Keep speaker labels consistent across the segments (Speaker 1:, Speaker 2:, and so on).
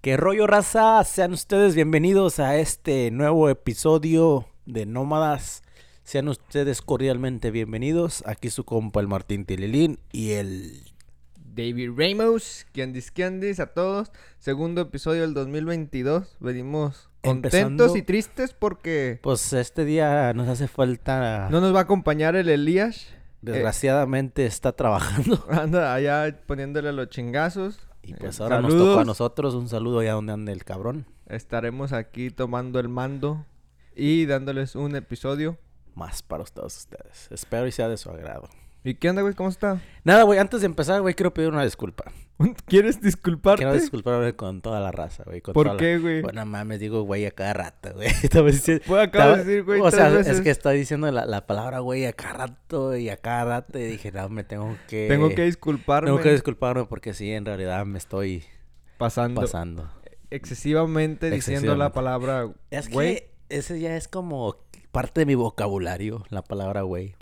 Speaker 1: ¿Qué rollo, raza? Sean ustedes bienvenidos a este nuevo episodio de Nómadas. Sean ustedes cordialmente bienvenidos. Aquí su compa el Martín Tililín y el...
Speaker 2: David Ramos, Kiandis Kiandis a todos. Segundo episodio del 2022. Venimos contentos
Speaker 1: Empezando-
Speaker 2: y tristes porque
Speaker 1: Pues este día nos hace falta...
Speaker 2: no eh, nos va a acompañar el Elías.
Speaker 1: Desgraciadamente está trabajando.
Speaker 2: Anda allá poniéndole los chingazos.
Speaker 1: Y
Speaker 2: Eh,
Speaker 1: pues ahora nos tocó a
Speaker 2: saludos.
Speaker 1: nosotros. Un saludo allá donde ande el cabrón.
Speaker 2: Estaremos aquí tomando el mando y dándoles un episodio.
Speaker 1: Más para todos ustedes. Espero y sea de su agrado.
Speaker 2: ¿Y qué onda, güey? ¿Cómo está?
Speaker 1: Nada, güey, antes de empezar, güey, quiero pedir una disculpa.
Speaker 2: ¿Quieres disculparte?
Speaker 1: Quiero disculparme con toda la raza, güey. con toda
Speaker 2: ¿Por
Speaker 1: la-
Speaker 2: qué, güey?
Speaker 1: Bueno, mames, digo güey a cada rato, güey. Estaba diciendo-
Speaker 2: Güey, acabo de
Speaker 1: estaba-
Speaker 2: decir, güey,
Speaker 1: O sea,
Speaker 2: tres
Speaker 1: es
Speaker 2: veces.
Speaker 1: que estaba diciendo la, la palabra güey a cada rato y a cada rato. Y dije, no, me tengo que...
Speaker 2: Tengo que disculparme.
Speaker 1: Tengo que disculparme porque sí, en realidad me estoy
Speaker 2: pasando
Speaker 1: pasando.
Speaker 2: excesivamente diciendo la
Speaker 1: Excesivamente.
Speaker 2: palabra
Speaker 1: Es
Speaker 2: güey.
Speaker 1: que ese ya es como parte de mi vocabulario, la palabra güey.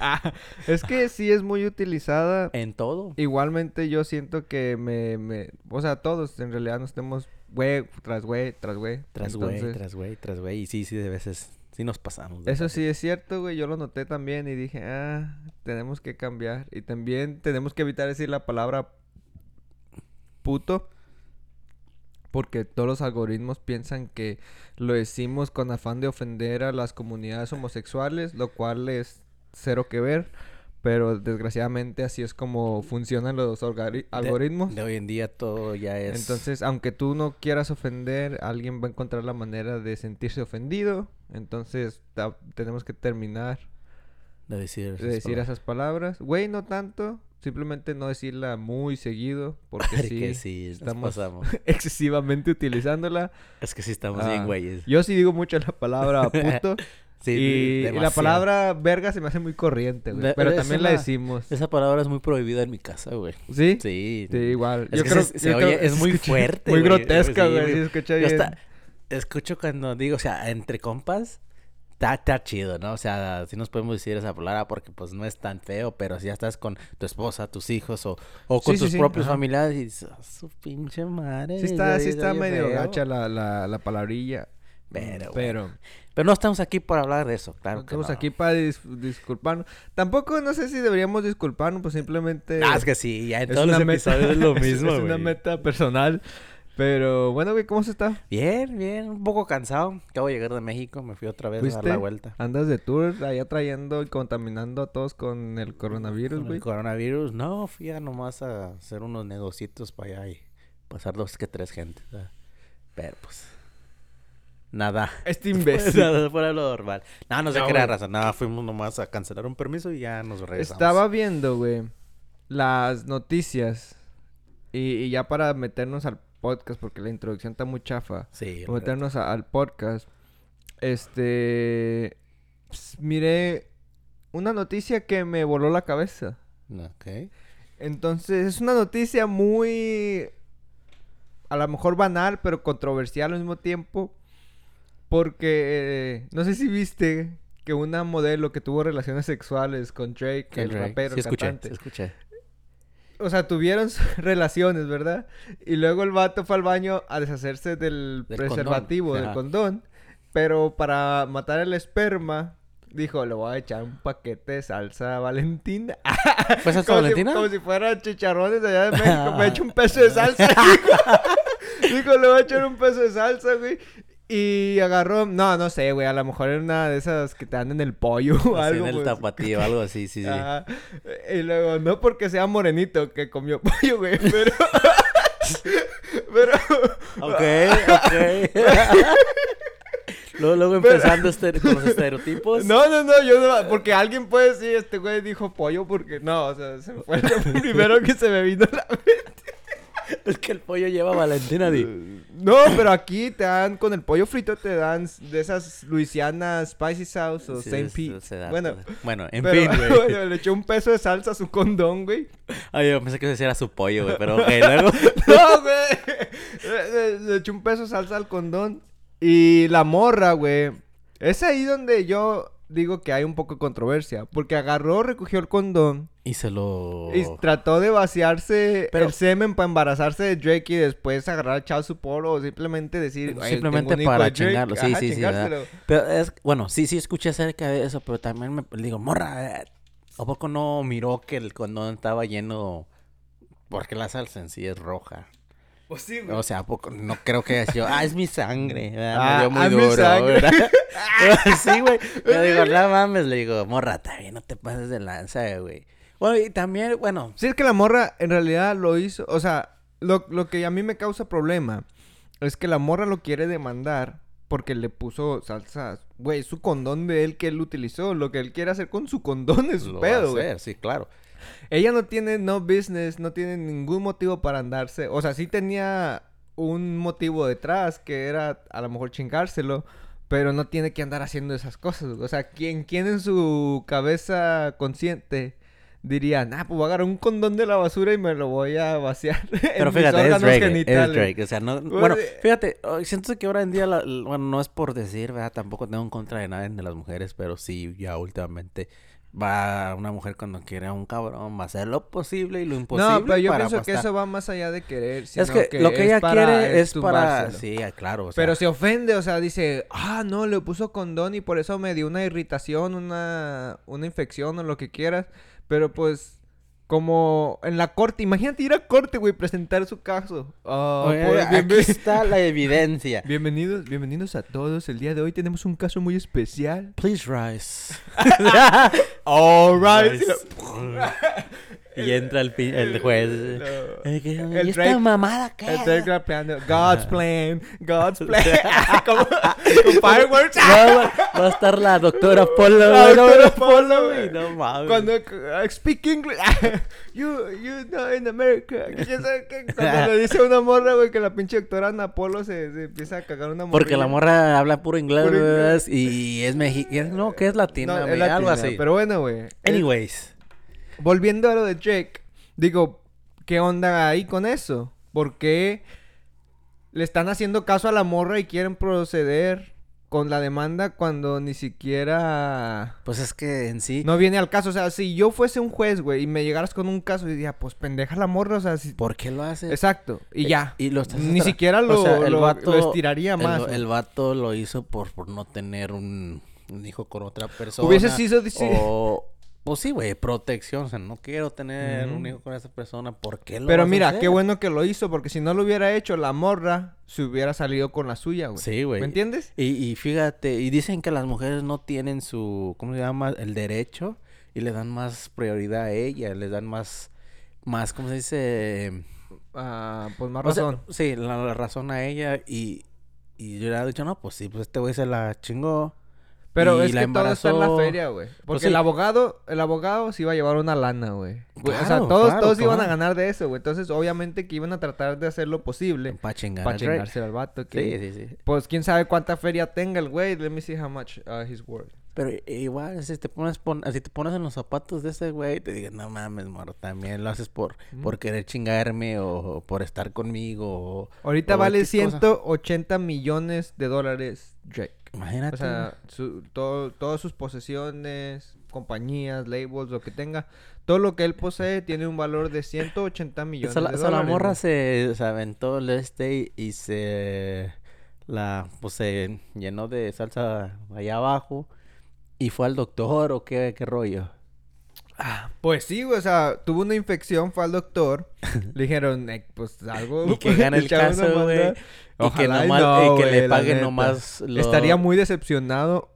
Speaker 2: Ah, es que sí es muy utilizada.
Speaker 1: En todo.
Speaker 2: Igualmente yo siento que me, me- O sea, todos en realidad nos tenemos güey tras güey tras güey.
Speaker 1: Tras güey,
Speaker 2: Entonces,
Speaker 1: tras güey, tras güey. Y sí, sí, de veces... Sí nos pasamos. de
Speaker 2: Eso
Speaker 1: veces.
Speaker 2: sí es cierto, güey. Yo lo noté también y dije, ah, tenemos que cambiar. Y también tenemos que evitar decir la palabra puto. Porque todos los algoritmos piensan que lo decimos con afán de ofender a las comunidades homosexuales, lo cual es cero que ver. Pero desgraciadamente así es como funcionan los algori-
Speaker 1: De-
Speaker 2: algoritmos.
Speaker 1: De, hoy en día todo ya es...
Speaker 2: Entonces, aunque tú no quieras ofender, alguien va a encontrar la manera de sentirse ofendido. Entonces, ta- tenemos que terminar
Speaker 1: De decir...
Speaker 2: de decir esas palabras. Güey, no tanto. Simplemente no decirla muy seguido. Porque
Speaker 1: Porque
Speaker 2: sí,
Speaker 1: sí, nos
Speaker 2: estamos-
Speaker 1: pasamos.
Speaker 2: excesivamente utilizándola.
Speaker 1: Es que sí estamos
Speaker 2: Ah,
Speaker 1: bien güeyes.
Speaker 2: Yo sí digo mucho la palabra puto.
Speaker 1: Sí,
Speaker 2: y, y la
Speaker 1: demasiado.
Speaker 2: palabra verga se me hace muy corriente, güey.
Speaker 1: De-
Speaker 2: Pero
Speaker 1: es
Speaker 2: también la
Speaker 1: una-
Speaker 2: decimos.
Speaker 1: Esa palabra es muy prohibida en mi casa, güey.
Speaker 2: ¿Sí? Sí.
Speaker 1: Sí.
Speaker 2: igual.
Speaker 1: Es
Speaker 2: Yo
Speaker 1: que
Speaker 2: creo-
Speaker 1: se- se
Speaker 2: yo creo-
Speaker 1: oye- es muy
Speaker 2: escucha-
Speaker 1: fuerte,
Speaker 2: Muy
Speaker 1: güey.
Speaker 2: grotesca,
Speaker 1: Sí,
Speaker 2: güey.
Speaker 1: güey.
Speaker 2: se escucha
Speaker 1: Yo
Speaker 2: bien.
Speaker 1: hasta escucho cuando digo, o sea, entre compas, está, está chido, ¿no? O sea, sí nos podemos decir esa palabra porque pues no es tan feo, pero si ya estás con tu esposa, tus hijos o, o con
Speaker 2: Sí, sí,
Speaker 1: tus
Speaker 2: sí,
Speaker 1: propios
Speaker 2: ajá.
Speaker 1: familiares y dices, "Ah, su pinche madre.
Speaker 2: Sí
Speaker 1: yo
Speaker 2: está, sí
Speaker 1: digo,
Speaker 2: está
Speaker 1: yo
Speaker 2: medio
Speaker 1: feo".
Speaker 2: gacha la, la, la palabrilla.
Speaker 1: Pero,
Speaker 2: Mm,
Speaker 1: güey,
Speaker 2: pero
Speaker 1: Pero no estamos aquí para hablar de eso, claro. que
Speaker 2: estamos
Speaker 1: no.
Speaker 2: aquí para dis- disculparnos. Tampoco no sé si deberíamos disculparnos, pues simplemente
Speaker 1: Ah, es que sí, ya en
Speaker 2: es
Speaker 1: todos los
Speaker 2: una meta-
Speaker 1: episodios es lo
Speaker 2: es-
Speaker 1: mismo,
Speaker 2: es una
Speaker 1: güey.
Speaker 2: meta personal. Pero bueno, güey, ¿cómo se está?
Speaker 1: Bien, bien, un poco cansado. Acabo de llegar de México, me fui otra vez Pues, a dar
Speaker 2: ¿Fuiste?
Speaker 1: la vuelta.
Speaker 2: Andas de tour allá trayendo y contaminando a todos con el coronavirus,
Speaker 1: Con
Speaker 2: güey.
Speaker 1: el coronavirus, no, fui a nomás a hacer unos negocitos para allá y pasar dos que tres gente. ¿verdad? Pero pues, nada.
Speaker 2: Este
Speaker 1: Pues,
Speaker 2: imbécil.
Speaker 1: nada fuera de lo normal. No, no se
Speaker 2: No,
Speaker 1: crea
Speaker 2: güey.
Speaker 1: raza, nada, fuimos nomás a cancelar un permiso y ya nos regresamos.
Speaker 2: Estaba viendo, güey, las noticias. Y, y ya para meternos al podcast, porque la introducción está muy chafa.
Speaker 1: Sí,
Speaker 2: Para meternos a- al podcast. Este. ps, miré una noticia que me voló la cabeza.
Speaker 1: ok.
Speaker 2: Entonces, es una noticia muy. A lo mejor banal, pero controversial al mismo tiempo. Porque. eh, no sé si viste que una modelo que tuvo relaciones sexuales con Drake, el
Speaker 1: Drake.
Speaker 2: rapero,
Speaker 1: sí,
Speaker 2: el
Speaker 1: escuché,
Speaker 2: cantante.
Speaker 1: sí, escuché.
Speaker 2: O sea, tuvieron sus relaciones, ¿verdad? Y luego el vato fue al baño a deshacerse del,
Speaker 1: Del
Speaker 2: preservativo,
Speaker 1: condón,
Speaker 2: del
Speaker 1: ajá.
Speaker 2: condón. Pero para matar el esperma, dijo, le voy a echar un paquete de salsa valentina.
Speaker 1: ¿Fue Santa
Speaker 2: Como si-
Speaker 1: Valentina?
Speaker 2: como si fueran chicharrones de allá de México. Me he hecho un peso de salsa. dijo. dijo, le voy a echar un peso de salsa, güey. Y agarró, no, no sé, güey, a lo mejor era una de esas que te dan en el pollo o
Speaker 1: Así
Speaker 2: algo. Ah,
Speaker 1: en el
Speaker 2: pues.
Speaker 1: tapatío, algo así, sí, sí.
Speaker 2: Ajá. Y luego, no porque sea morenito que comió pollo, güey, pero. pero.
Speaker 1: Ok, ok. luego, luego empezando este- con los estereotipos.
Speaker 2: No, no, no, yo no. Porque alguien puede decir, este güey dijo pollo porque. No, o sea, se me fue lo primero que se me vino a la
Speaker 1: Es que el pollo lleva Valentina, di.
Speaker 2: mente. No, pero aquí te dan, con el pollo frito te dan de esas Luisiana Spicy Sauce o
Speaker 1: Sí,
Speaker 2: Saint
Speaker 1: es-
Speaker 2: Pete.
Speaker 1: se da
Speaker 2: Bueno,
Speaker 1: todo. bueno, en
Speaker 2: pero,
Speaker 1: fin, güey.
Speaker 2: bueno, le echó un peso de salsa a su condón, güey.
Speaker 1: Ay, yo pensé que ese era su pollo, güey, pero ok, luego.
Speaker 2: No, güey. Le, le- le eché un peso de salsa al condón. Y la morra, güey. Es ahí donde yo digo que hay un poco de controversia. Porque agarró, recogió el condón
Speaker 1: Y se lo...
Speaker 2: y trató de vaciarse
Speaker 1: Oh. Pero-
Speaker 2: el semen para embarazarse de Drake y después agarrar a Chao Support o simplemente decir. "Ay,
Speaker 1: Simplemente
Speaker 2: tengo un hijo
Speaker 1: para
Speaker 2: de Drake".
Speaker 1: chingarlo, sí,
Speaker 2: Ajá,
Speaker 1: sí, sí,
Speaker 2: chingárselo.
Speaker 1: ¿verdad? Pero es, bueno, sí, sí escuché acerca de eso, pero también me digo, morra, eh, ¿a poco no miró que el condón estaba lleno? Porque la salsa en sí es roja.
Speaker 2: Pues sí, güey.
Speaker 1: O sea, ¿a poco no creo que haya sido, ah, es mi sangre. ¿verdad?
Speaker 2: Ah,
Speaker 1: me dio muy
Speaker 2: "Ah, mi
Speaker 1: duro,
Speaker 2: sangre". Ah,
Speaker 1: ¿verdad? sí, güey. Yo digo, no mames, le digo, morra, también no te pases de lanza, güey. Bueno, y también, bueno,
Speaker 2: Sí, es que la morra en realidad lo hizo. O sea, lo, lo que a mí me causa problema es que la morra lo quiere demandar porque le puso salsa. Güey, su condón de él que él utilizó. Lo que él quiere hacer con su condón es su
Speaker 1: lo va a
Speaker 2: pedo, güey.
Speaker 1: hacer, sí, claro.
Speaker 2: Ella no tiene no business, no tiene ningún motivo para andarse. O sea, sí tenía un motivo detrás que era a lo mejor chingárselo. Pero no tiene que andar haciendo esas cosas. güey. O sea, ¿quién, quién en su cabeza consciente diría, nah, pues voy a agarrar un condón de la basura y me lo voy a vaciar?
Speaker 1: Pero fíjate, es Drake, es
Speaker 2: Drake.
Speaker 1: Drake. O sea, no,
Speaker 2: Pues,
Speaker 1: bueno,
Speaker 2: eh,
Speaker 1: fíjate, oh, siento que ahora en día, la- la- bueno, no es por decir, ¿verdad? Tampoco tengo en contra de nadie de las mujeres, pero sí, ya últimamente va una mujer cuando quiere a un cabrón, va a hacer lo posible y lo imposible.
Speaker 2: No, pero yo
Speaker 1: para
Speaker 2: pienso que
Speaker 1: aplastar.
Speaker 2: eso va más allá de querer.
Speaker 1: es
Speaker 2: sino
Speaker 1: que, lo que
Speaker 2: es
Speaker 1: ella
Speaker 2: para
Speaker 1: quiere es para.
Speaker 2: estumbárselo.
Speaker 1: Sí, ah, claro. o sea,
Speaker 2: Pero se ofende, o sea, dice, ah, no, le puso condón y por eso me dio una irritación, una, una infección o lo que quieras. Pero pues, como en la corte, imagínate ir a corte, güey, presentar su caso. Ah,
Speaker 1: oye,
Speaker 2: pobre-
Speaker 1: aquí
Speaker 2: bienve-
Speaker 1: está la evidencia.
Speaker 2: bienvenidos, bienvenidos a todos. El día de hoy tenemos un caso muy especial.
Speaker 1: Please rise.
Speaker 2: Alright.
Speaker 1: y entra el, pi- el juez. Eh, que-
Speaker 2: El
Speaker 1: ¿Y esta
Speaker 2: Drake-
Speaker 1: mamada qué?
Speaker 2: El Drake rapeando, God's plan, God's plan. como, como fireworks.
Speaker 1: No, va, va a estar la doctora Polo.
Speaker 2: La
Speaker 1: güey, no,
Speaker 2: doctora
Speaker 1: no,
Speaker 2: Polo,
Speaker 1: güey,
Speaker 2: güey.
Speaker 1: No mames.
Speaker 2: Cuando uh, speak English, you, you know in America. Que ya sabe que Cuando le dice una morra, güey, que la pinche doctora Ana Polo se, se empieza a cagar una morra.
Speaker 1: Porque la morra habla puro inglés,
Speaker 2: Puro inglés.
Speaker 1: ¿verdad? y es mexicana. No, que es latina, güey, algo así.
Speaker 2: Pero bueno, güey. Eh,
Speaker 1: Anyways,
Speaker 2: volviendo a lo de Jake, digo, ¿qué onda ahí con eso? ¿Por qué le están haciendo caso a la morra y quieren proceder con la demanda cuando ni siquiera.
Speaker 1: pues es que en sí.
Speaker 2: No viene al caso, o sea, si yo fuese un juez, güey, y me llegaras con un caso y diría, pues pendeja la morra, o sea, si,
Speaker 1: ¿Por qué lo hace?
Speaker 2: Exacto, y
Speaker 1: Eh,
Speaker 2: ya.
Speaker 1: y lo estás
Speaker 2: Ni
Speaker 1: estra-
Speaker 2: siquiera
Speaker 1: o
Speaker 2: lo,
Speaker 1: sea, el
Speaker 2: lo-
Speaker 1: vato-
Speaker 2: lo estiraría
Speaker 1: El,
Speaker 2: más. güey.
Speaker 1: el vato lo hizo por, por no tener un, un hijo con otra persona.
Speaker 2: Hubiese sido- sí.
Speaker 1: O, pues sí, güey, protección. O sea, no quiero tener un hijo con esa persona. ¿Por qué lo
Speaker 2: Pero
Speaker 1: vas a
Speaker 2: mira,
Speaker 1: hacer?
Speaker 2: qué bueno que lo hizo, porque si no lo hubiera hecho, la morra se hubiera salido con la suya, güey.
Speaker 1: Sí, güey.
Speaker 2: ¿Me entiendes?
Speaker 1: Y, y fíjate, y dicen que las mujeres no tienen su, ¿cómo se llama? El derecho y le dan más prioridad a ella, les dan más, más, ¿cómo se dice?
Speaker 2: Ah, pues más
Speaker 1: O sea,
Speaker 2: razón.
Speaker 1: sí, la, la razón a ella y, y yo le he dicho, no, pues sí, pues este güey se la chingó.
Speaker 2: Pero
Speaker 1: y
Speaker 2: es
Speaker 1: la
Speaker 2: que todo está en
Speaker 1: embarazó. Pues
Speaker 2: la feria, güey. Porque
Speaker 1: sí.
Speaker 2: el abogado, el abogado sí iba a llevar una lana, güey. Güey, o sea,
Speaker 1: Claro,
Speaker 2: todos,
Speaker 1: claro,
Speaker 2: todos iban a
Speaker 1: claro.
Speaker 2: ganar de eso, güey. Entonces, obviamente que iban a tratar de hacer lo posible
Speaker 1: Para chingar.
Speaker 2: para
Speaker 1: al Drake.
Speaker 2: chingarse al vato. Que,
Speaker 1: Sí, sí, sí.
Speaker 2: Pues quién sabe cuánta feria tenga el güey. Let me see how much uh, he's worth.
Speaker 1: Pero i- igual, si te pones, pon- si te pones en los zapatos de ese güey, te digo, no mames, moro, también lo haces por, por querer chingarme o, o por estar conmigo. o-
Speaker 2: Ahorita
Speaker 1: o
Speaker 2: vale
Speaker 1: X cosa".
Speaker 2: 180 millones de dólares Drake.
Speaker 1: Imagínate.
Speaker 2: O sea, su- todo- todas sus posesiones, compañías, labels, lo que tenga, todo lo que él posee tiene un valor de 180 millones
Speaker 1: Esa, la-
Speaker 2: de
Speaker 1: esa la
Speaker 2: dólares.
Speaker 1: morra
Speaker 2: güey.
Speaker 1: se, se aventó el este y, y se la pues se llenó de salsa allá abajo y fue al doctor o qué, qué rollo.
Speaker 2: Pues sí, güey, o sea, tuvo una infección, fue al doctor, le dijeron, eh, pues algo...
Speaker 1: Y que
Speaker 2: pues,
Speaker 1: gana el
Speaker 2: chavo
Speaker 1: caso,
Speaker 2: nomás
Speaker 1: güey.
Speaker 2: no-
Speaker 1: Y que
Speaker 2: Ojalá
Speaker 1: nomás- y que le
Speaker 2: güey, la
Speaker 1: paguen
Speaker 2: neta.
Speaker 1: nomás lo-
Speaker 2: Estaría muy decepcionado,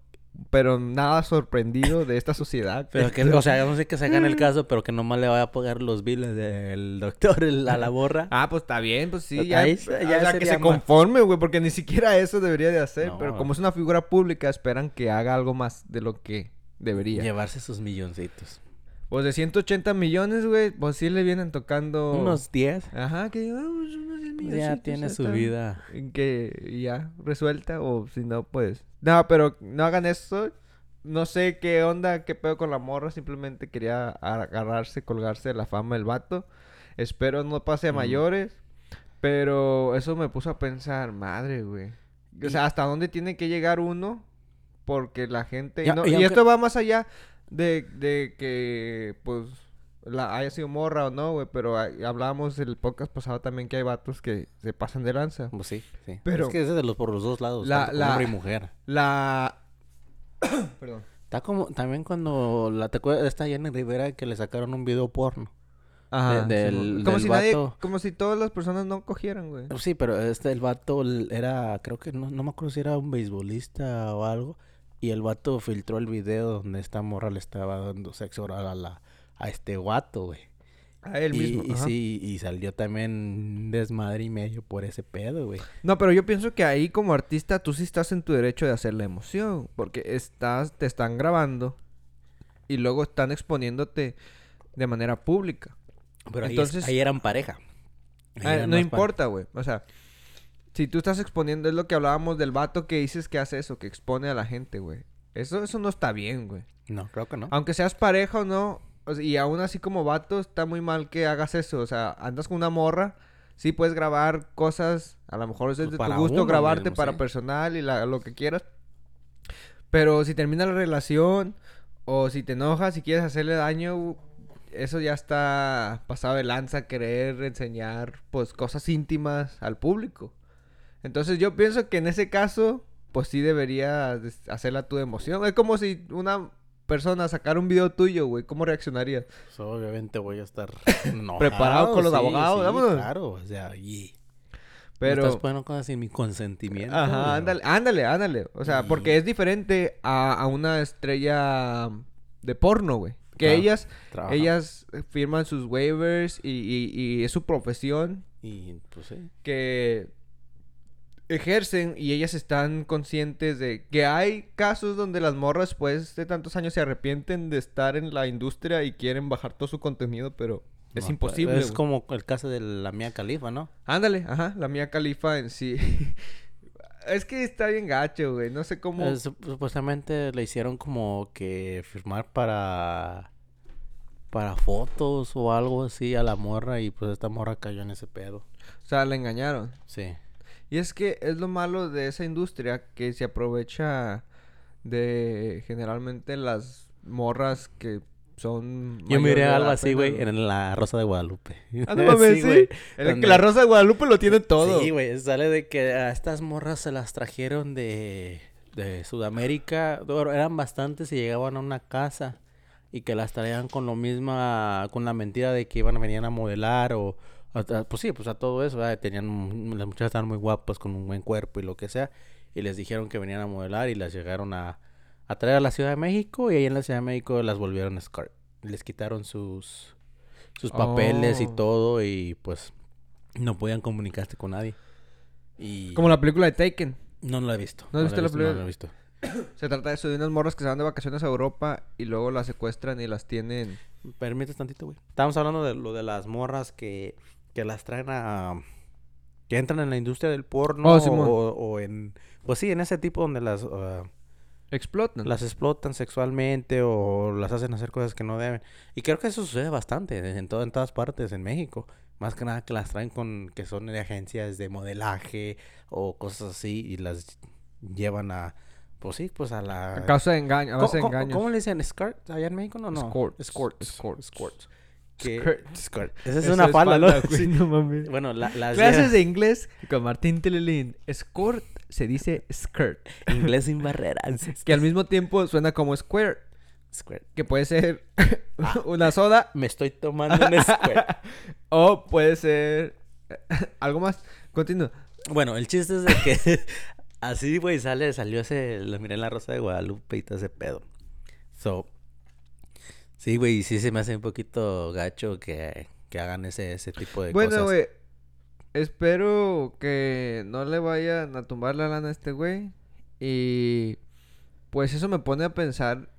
Speaker 2: pero nada sorprendido de esta sociedad.
Speaker 1: Pero que, o sea, no sé que se gane el caso, pero que nomás le vaya a pagar los biles del doctor el- a la borra.
Speaker 2: Ah, pues está bien, pues sí,
Speaker 1: Pues,
Speaker 2: ya,
Speaker 1: ahí
Speaker 2: o
Speaker 1: se-
Speaker 2: sea,
Speaker 1: ya
Speaker 2: que
Speaker 1: sería
Speaker 2: se
Speaker 1: más.
Speaker 2: conforme, güey, porque ni siquiera eso debería de hacer,
Speaker 1: No.
Speaker 2: pero como es una figura pública, esperan que haga algo más de lo que debería.
Speaker 1: Llevarse sus milloncitos.
Speaker 2: Pues de 180 millones, güey, pues sí le vienen tocando...
Speaker 1: Unos 10.
Speaker 2: Ajá, que... ah, pues, unos
Speaker 1: pues Ya
Speaker 2: 10 Oh. milloncitos,
Speaker 1: tiene su
Speaker 2: está.
Speaker 1: vida.
Speaker 2: En Que ya resuelta o si no, pues... No, pero no hagan eso. No sé qué onda, qué pedo con la morra, simplemente quería agarrarse, colgarse de la fama del vato. Espero no pase a
Speaker 1: Mm.
Speaker 2: mayores. Pero eso me puso a pensar, madre, güey. O sea, ¿hasta dónde tiene que llegar uno porque la gente...
Speaker 1: Ya-
Speaker 2: y no-
Speaker 1: y
Speaker 2: y
Speaker 1: aunque-
Speaker 2: esto va más allá de, de que, pues, la, haya sido morra o no, güey, pero hay- hablábamos el podcast pasado también que hay vatos que se pasan de lanza.
Speaker 1: Pues sí, sí.
Speaker 2: Pero-
Speaker 1: es que es de los por los dos lados,
Speaker 2: La-
Speaker 1: tanto como
Speaker 2: la-
Speaker 1: hombre y mujer.
Speaker 2: La... Perdón.
Speaker 1: Está como también cuando la te acuerdas de esta Jenny Rivera que le sacaron un video porno.
Speaker 2: Ajá,
Speaker 1: del-
Speaker 2: Simón. como
Speaker 1: del
Speaker 2: si nadie,
Speaker 1: vato.
Speaker 2: como si todas las personas no cogieran, güey.
Speaker 1: Sí, pero este el vato l- era, creo que no, no me acuerdo si era un beisbolista o algo. Y el vato filtró el video donde esta morra le estaba dando sexo oral a la, a este guato, güey.
Speaker 2: A él
Speaker 1: y,
Speaker 2: mismo.
Speaker 1: y
Speaker 2: ajá.
Speaker 1: sí, y salió también desmadre y medio por ese pedo, güey.
Speaker 2: No, pero yo pienso que ahí como artista tú sí estás en tu derecho de hacer la emoción, porque estás te están grabando y luego están exponiéndote de manera pública.
Speaker 1: Pero ahí, es-
Speaker 2: Entonces-
Speaker 1: ahí eran pareja. Ahí
Speaker 2: Ah,
Speaker 1: eran
Speaker 2: no
Speaker 1: más
Speaker 2: importa, güey. O sea, si tú estás exponiendo es lo que hablábamos del vato que dices que hace eso, que expone a la gente, güey. Eso eso no está bien, güey.
Speaker 1: pare- No, creo que no.
Speaker 2: Aunque seas pareja o no, o sea, y aún así como vato, está muy mal que hagas eso. O sea, andas con una morra, sí puedes grabar cosas, a lo mejor es
Speaker 1: Pues
Speaker 2: de tu
Speaker 1: para
Speaker 2: gusto
Speaker 1: uno
Speaker 2: grabarte
Speaker 1: mismo,
Speaker 2: para
Speaker 1: sí.
Speaker 2: personal y la- lo que quieras. Pero si termina la relación, o si te enojas y quieres hacerle daño, eso ya está pasado de lanza, querer enseñar pues cosas íntimas al público. Entonces yo pienso que en ese caso, pues sí deberías des- hacerla tu emoción. Es como si una persona sacara un video tuyo, güey, ¿cómo reaccionarías?
Speaker 1: Pues, obviamente voy a estar enojado,
Speaker 2: Preparado con los
Speaker 1: sí,
Speaker 2: abogados,
Speaker 1: sí,
Speaker 2: vámonos.
Speaker 1: Claro, o sea, y
Speaker 2: Pero...
Speaker 1: me estás poniendo cosas sin mi consentimiento.
Speaker 2: Ajá,
Speaker 1: güey.
Speaker 2: ándale, ándale, ándale. O sea,
Speaker 1: Y-
Speaker 2: porque es diferente a, a una estrella de porno, güey. Que
Speaker 1: Claro,
Speaker 2: ellas,
Speaker 1: trabaja.
Speaker 2: ellas firman sus waivers y, y- y es su profesión
Speaker 1: Y pues sí.
Speaker 2: que ejercen y ellas están conscientes de que hay casos donde las morras después de tantos años se arrepienten de estar en la industria y quieren bajar todo su contenido, pero es
Speaker 1: No,
Speaker 2: imposible.
Speaker 1: Es
Speaker 2: güey.
Speaker 1: como el caso de la mía califa, ¿no?
Speaker 2: Ándale, ajá, la mía califa en sí. es que está bien gacho, güey. No sé cómo.
Speaker 1: Eh, sup- supuestamente le hicieron como que firmar para para fotos o algo así a la morra y pues esta morra cayó en ese pedo.
Speaker 2: O sea, la engañaron.
Speaker 1: Sí.
Speaker 2: Y es que es lo malo de esa industria que se aprovecha de generalmente las morras que son.
Speaker 1: Yo
Speaker 2: mayor
Speaker 1: miré
Speaker 2: de
Speaker 1: algo
Speaker 2: edad,
Speaker 1: así,
Speaker 2: apenas,
Speaker 1: güey, en la Rosa de Guadalupe.
Speaker 2: Ah, no mames, sí.
Speaker 1: güey,
Speaker 2: El-
Speaker 1: donde-
Speaker 2: La Rosa de Guadalupe lo tiene todo.
Speaker 1: Sí, güey, sale de que a estas morras se las trajeron de, de Sudamérica, bueno, eran bastantes y llegaban a una casa y que las traían con lo misma, con la mentira de que iban a venir a modelar o, a- a- pues sí, pues a todo eso, ¿verdad? tenían, un- las muchachas estaban muy guapas con un buen cuerpo y lo que sea y les dijeron que venían a modelar y las llegaron a, a traer a la Ciudad de México y ahí en la Ciudad de México las volvieron escort, les quitaron sus sus papeles y
Speaker 2: Oh.
Speaker 1: todo y pues no podían comunicarse con nadie. Y
Speaker 2: Como la película de Taken.
Speaker 1: no lo he visto.
Speaker 2: ¿No has visto la
Speaker 1: No
Speaker 2: película?
Speaker 1: lo he visto.
Speaker 2: Se trata de eso, de unas morras que se van de vacaciones a Europa y luego las secuestran y las tienen.
Speaker 1: ¿Me Permites tantito, güey. Estábamos hablando de lo de las morras que, que las traen a... Que entran en la industria del porno
Speaker 2: Oh,
Speaker 1: o,
Speaker 2: Simón.
Speaker 1: o en... Pues sí, en ese tipo donde las... ah,
Speaker 2: Explotan.
Speaker 1: las explotan sexualmente o las hacen hacer cosas que no deben. Y creo que eso sucede bastante en, todo, en todas partes en México. Más que nada que las traen con que son de agencias de modelaje o cosas así y las llevan a pues sí, pues a la
Speaker 2: A causa de engaño. A
Speaker 1: ¿Cómo,
Speaker 2: base de
Speaker 1: cómo-
Speaker 2: engaños.
Speaker 1: cómo le dicen skirt allá en México? No, no.
Speaker 2: Escorts.
Speaker 1: Escorts.
Speaker 2: Escorts.
Speaker 1: Escorts. Que-
Speaker 2: Skirt.
Speaker 1: Skirt. Esa es
Speaker 2: Eso
Speaker 1: una falda, ¿no?
Speaker 2: güey,
Speaker 1: Sí.
Speaker 2: no mames.
Speaker 1: Bueno, la- las
Speaker 2: Clases
Speaker 1: llevan-
Speaker 2: de inglés con Martín Telelín. Skirt se dice skirt,
Speaker 1: inglés sin barreras.
Speaker 2: que al mismo tiempo suena como square,
Speaker 1: Squirt.
Speaker 2: que puede ser una soda
Speaker 1: Me estoy tomando un squirt.
Speaker 2: o puede ser algo más. Continúa.
Speaker 1: Bueno, el chiste es de que así, güey, sale, salió ese, lo miré en la Rosa de Guadalupe y todo ese pedo. So, sí, güey, sí se me hace un poquito gacho que, que hagan ese, ese tipo de
Speaker 2: Bueno,
Speaker 1: cosas.
Speaker 2: güey, espero que no le vayan a tumbar la lana a este güey y pues eso me pone a pensar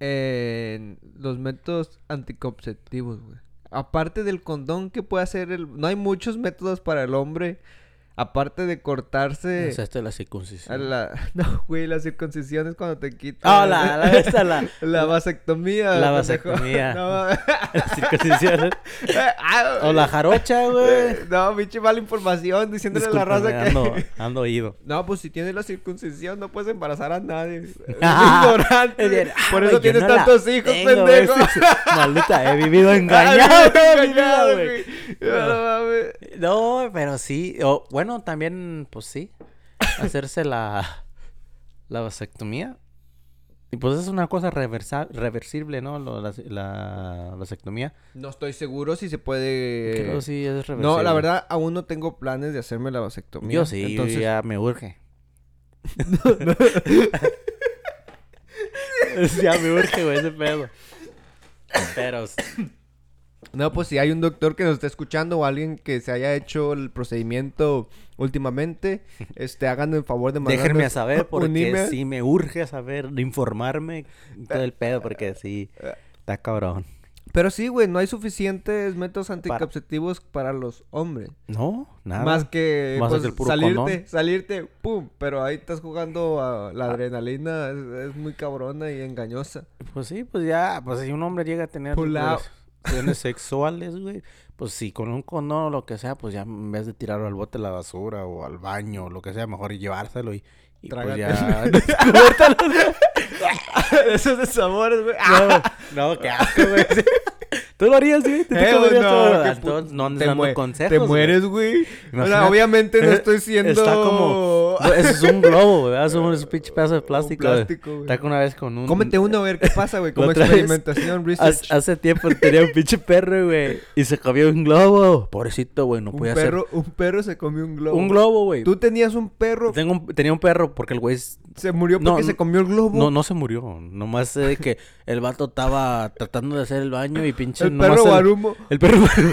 Speaker 2: en los métodos anticonceptivos, güey. Aparte del condón que puede hacer el... No hay muchos métodos para el hombre Aparte de cortarse.
Speaker 1: Es esta de la
Speaker 2: a
Speaker 1: circuncisión.
Speaker 2: la- no, güey, la circuncisión es cuando te quitan.
Speaker 1: Ah, la, la, esta, la,
Speaker 2: La vasectomía.
Speaker 1: La
Speaker 2: pendejo.
Speaker 1: vasectomía.
Speaker 2: No, mames.
Speaker 1: la circuncisión.
Speaker 2: Ah,
Speaker 1: O la jarocha, güey.
Speaker 2: No, pinche mala información diciéndole a Eh, la
Speaker 1: Eh, Discúlpame,
Speaker 2: raza que.
Speaker 1: ando, ando oído.
Speaker 2: No, pues si tienes la circuncisión no puedes embarazar a nadie. Es
Speaker 1: Es bien,
Speaker 2: ignorante.
Speaker 1: ah,
Speaker 2: Por
Speaker 1: güey,
Speaker 2: eso
Speaker 1: yo
Speaker 2: tienes
Speaker 1: no la
Speaker 2: tantos hijos,
Speaker 1: tengo, güey,
Speaker 2: pendejo.
Speaker 1: sí, sí. Maldita, he vivido
Speaker 2: Ah,
Speaker 1: engañado toda mi vida,
Speaker 2: engañado,
Speaker 1: güey.
Speaker 2: güey. No mames.
Speaker 1: No, pero sí. o, bueno, también, pues sí. Hacerse la, la vasectomía. Y pues es una cosa reversa- reversible, ¿no? Lo- la, la vasectomía.
Speaker 2: No estoy seguro si se puede.
Speaker 1: Creo sí es reversible.
Speaker 2: Eh, no, la verdad, aún no tengo planes de hacerme la vasectomía.
Speaker 1: Yo sí,
Speaker 2: Entonces,
Speaker 1: yo ya me urge. ya me urge, güey, ese pedo. Pero
Speaker 2: No, pues si hay un doctor que nos esté escuchando o alguien que se haya hecho el procedimiento últimamente, este, hagan el favor de mandarnos
Speaker 1: déjenme a saber porque
Speaker 2: un email.
Speaker 1: sí me urge saber, informarme y todo el pedo porque sí
Speaker 2: Eh,
Speaker 1: está cabrón.
Speaker 2: Pero sí, güey, no hay suficientes métodos
Speaker 1: Para-
Speaker 2: anticonceptivos para, los hombres.
Speaker 1: No, nada.
Speaker 2: Más que
Speaker 1: Más
Speaker 2: pues,
Speaker 1: que el puro
Speaker 2: salirte,
Speaker 1: condón.
Speaker 2: salirte, pum, pero ahí estás jugando a la adrenalina, es, es muy cabrona y engañosa.
Speaker 1: Pues sí, pues ya, pues si un hombre llega a tener
Speaker 2: Pull out.
Speaker 1: relaciones sexuales, güey, pues sí, con un condón o lo que sea, pues ya en vez de tirarlo al bote a la basura o al baño o lo que sea, mejor llevárselo y, y pues ya...
Speaker 2: Trágatelo. Esos de sabores, güey. ¡Ah!
Speaker 1: no, no, qué asco, güey. Tú lo harías, güey. ¿Tú te
Speaker 2: Eh,
Speaker 1: comerías
Speaker 2: no,
Speaker 1: todo? Ah,
Speaker 2: qué
Speaker 1: Entonces,
Speaker 2: pu-
Speaker 1: no andes
Speaker 2: te
Speaker 1: dando
Speaker 2: mue-
Speaker 1: consejos.
Speaker 2: Te
Speaker 1: güey.
Speaker 2: mueres, güey. O sea,
Speaker 1: Imagínate.
Speaker 2: obviamente no
Speaker 1: Eh,
Speaker 2: estoy siendo...
Speaker 1: Está como... no, Eso es un globo, güey. ¿verdad? Es un es un pinche pedazo de
Speaker 2: Un
Speaker 1: plástico. güey.
Speaker 2: plástico, güey.
Speaker 1: Está con una vez con un...
Speaker 2: Cómete uno a ver qué pasa, güey. Como
Speaker 1: otra vez-
Speaker 2: experimentación, research.
Speaker 1: Hace, hace tiempo tenía un pinche perro, güey. Y se comió un globo. Pobrecito, güey. No
Speaker 2: un,
Speaker 1: podía hacer...
Speaker 2: perro, un perro se comió un globo.
Speaker 1: Un globo, güey.
Speaker 2: Tú tenías un perro,
Speaker 1: Tengo un- tenía un perro porque el güey es-
Speaker 2: se murió
Speaker 1: No,
Speaker 2: porque
Speaker 1: no-
Speaker 2: se comió el globo.
Speaker 1: no, no se murió. Nomás sé de que el vato estaba tratando de hacer el baño y pinche
Speaker 2: el
Speaker 1: nomás
Speaker 2: perro
Speaker 1: el-
Speaker 2: Guarumo.
Speaker 1: El perro Guarumo.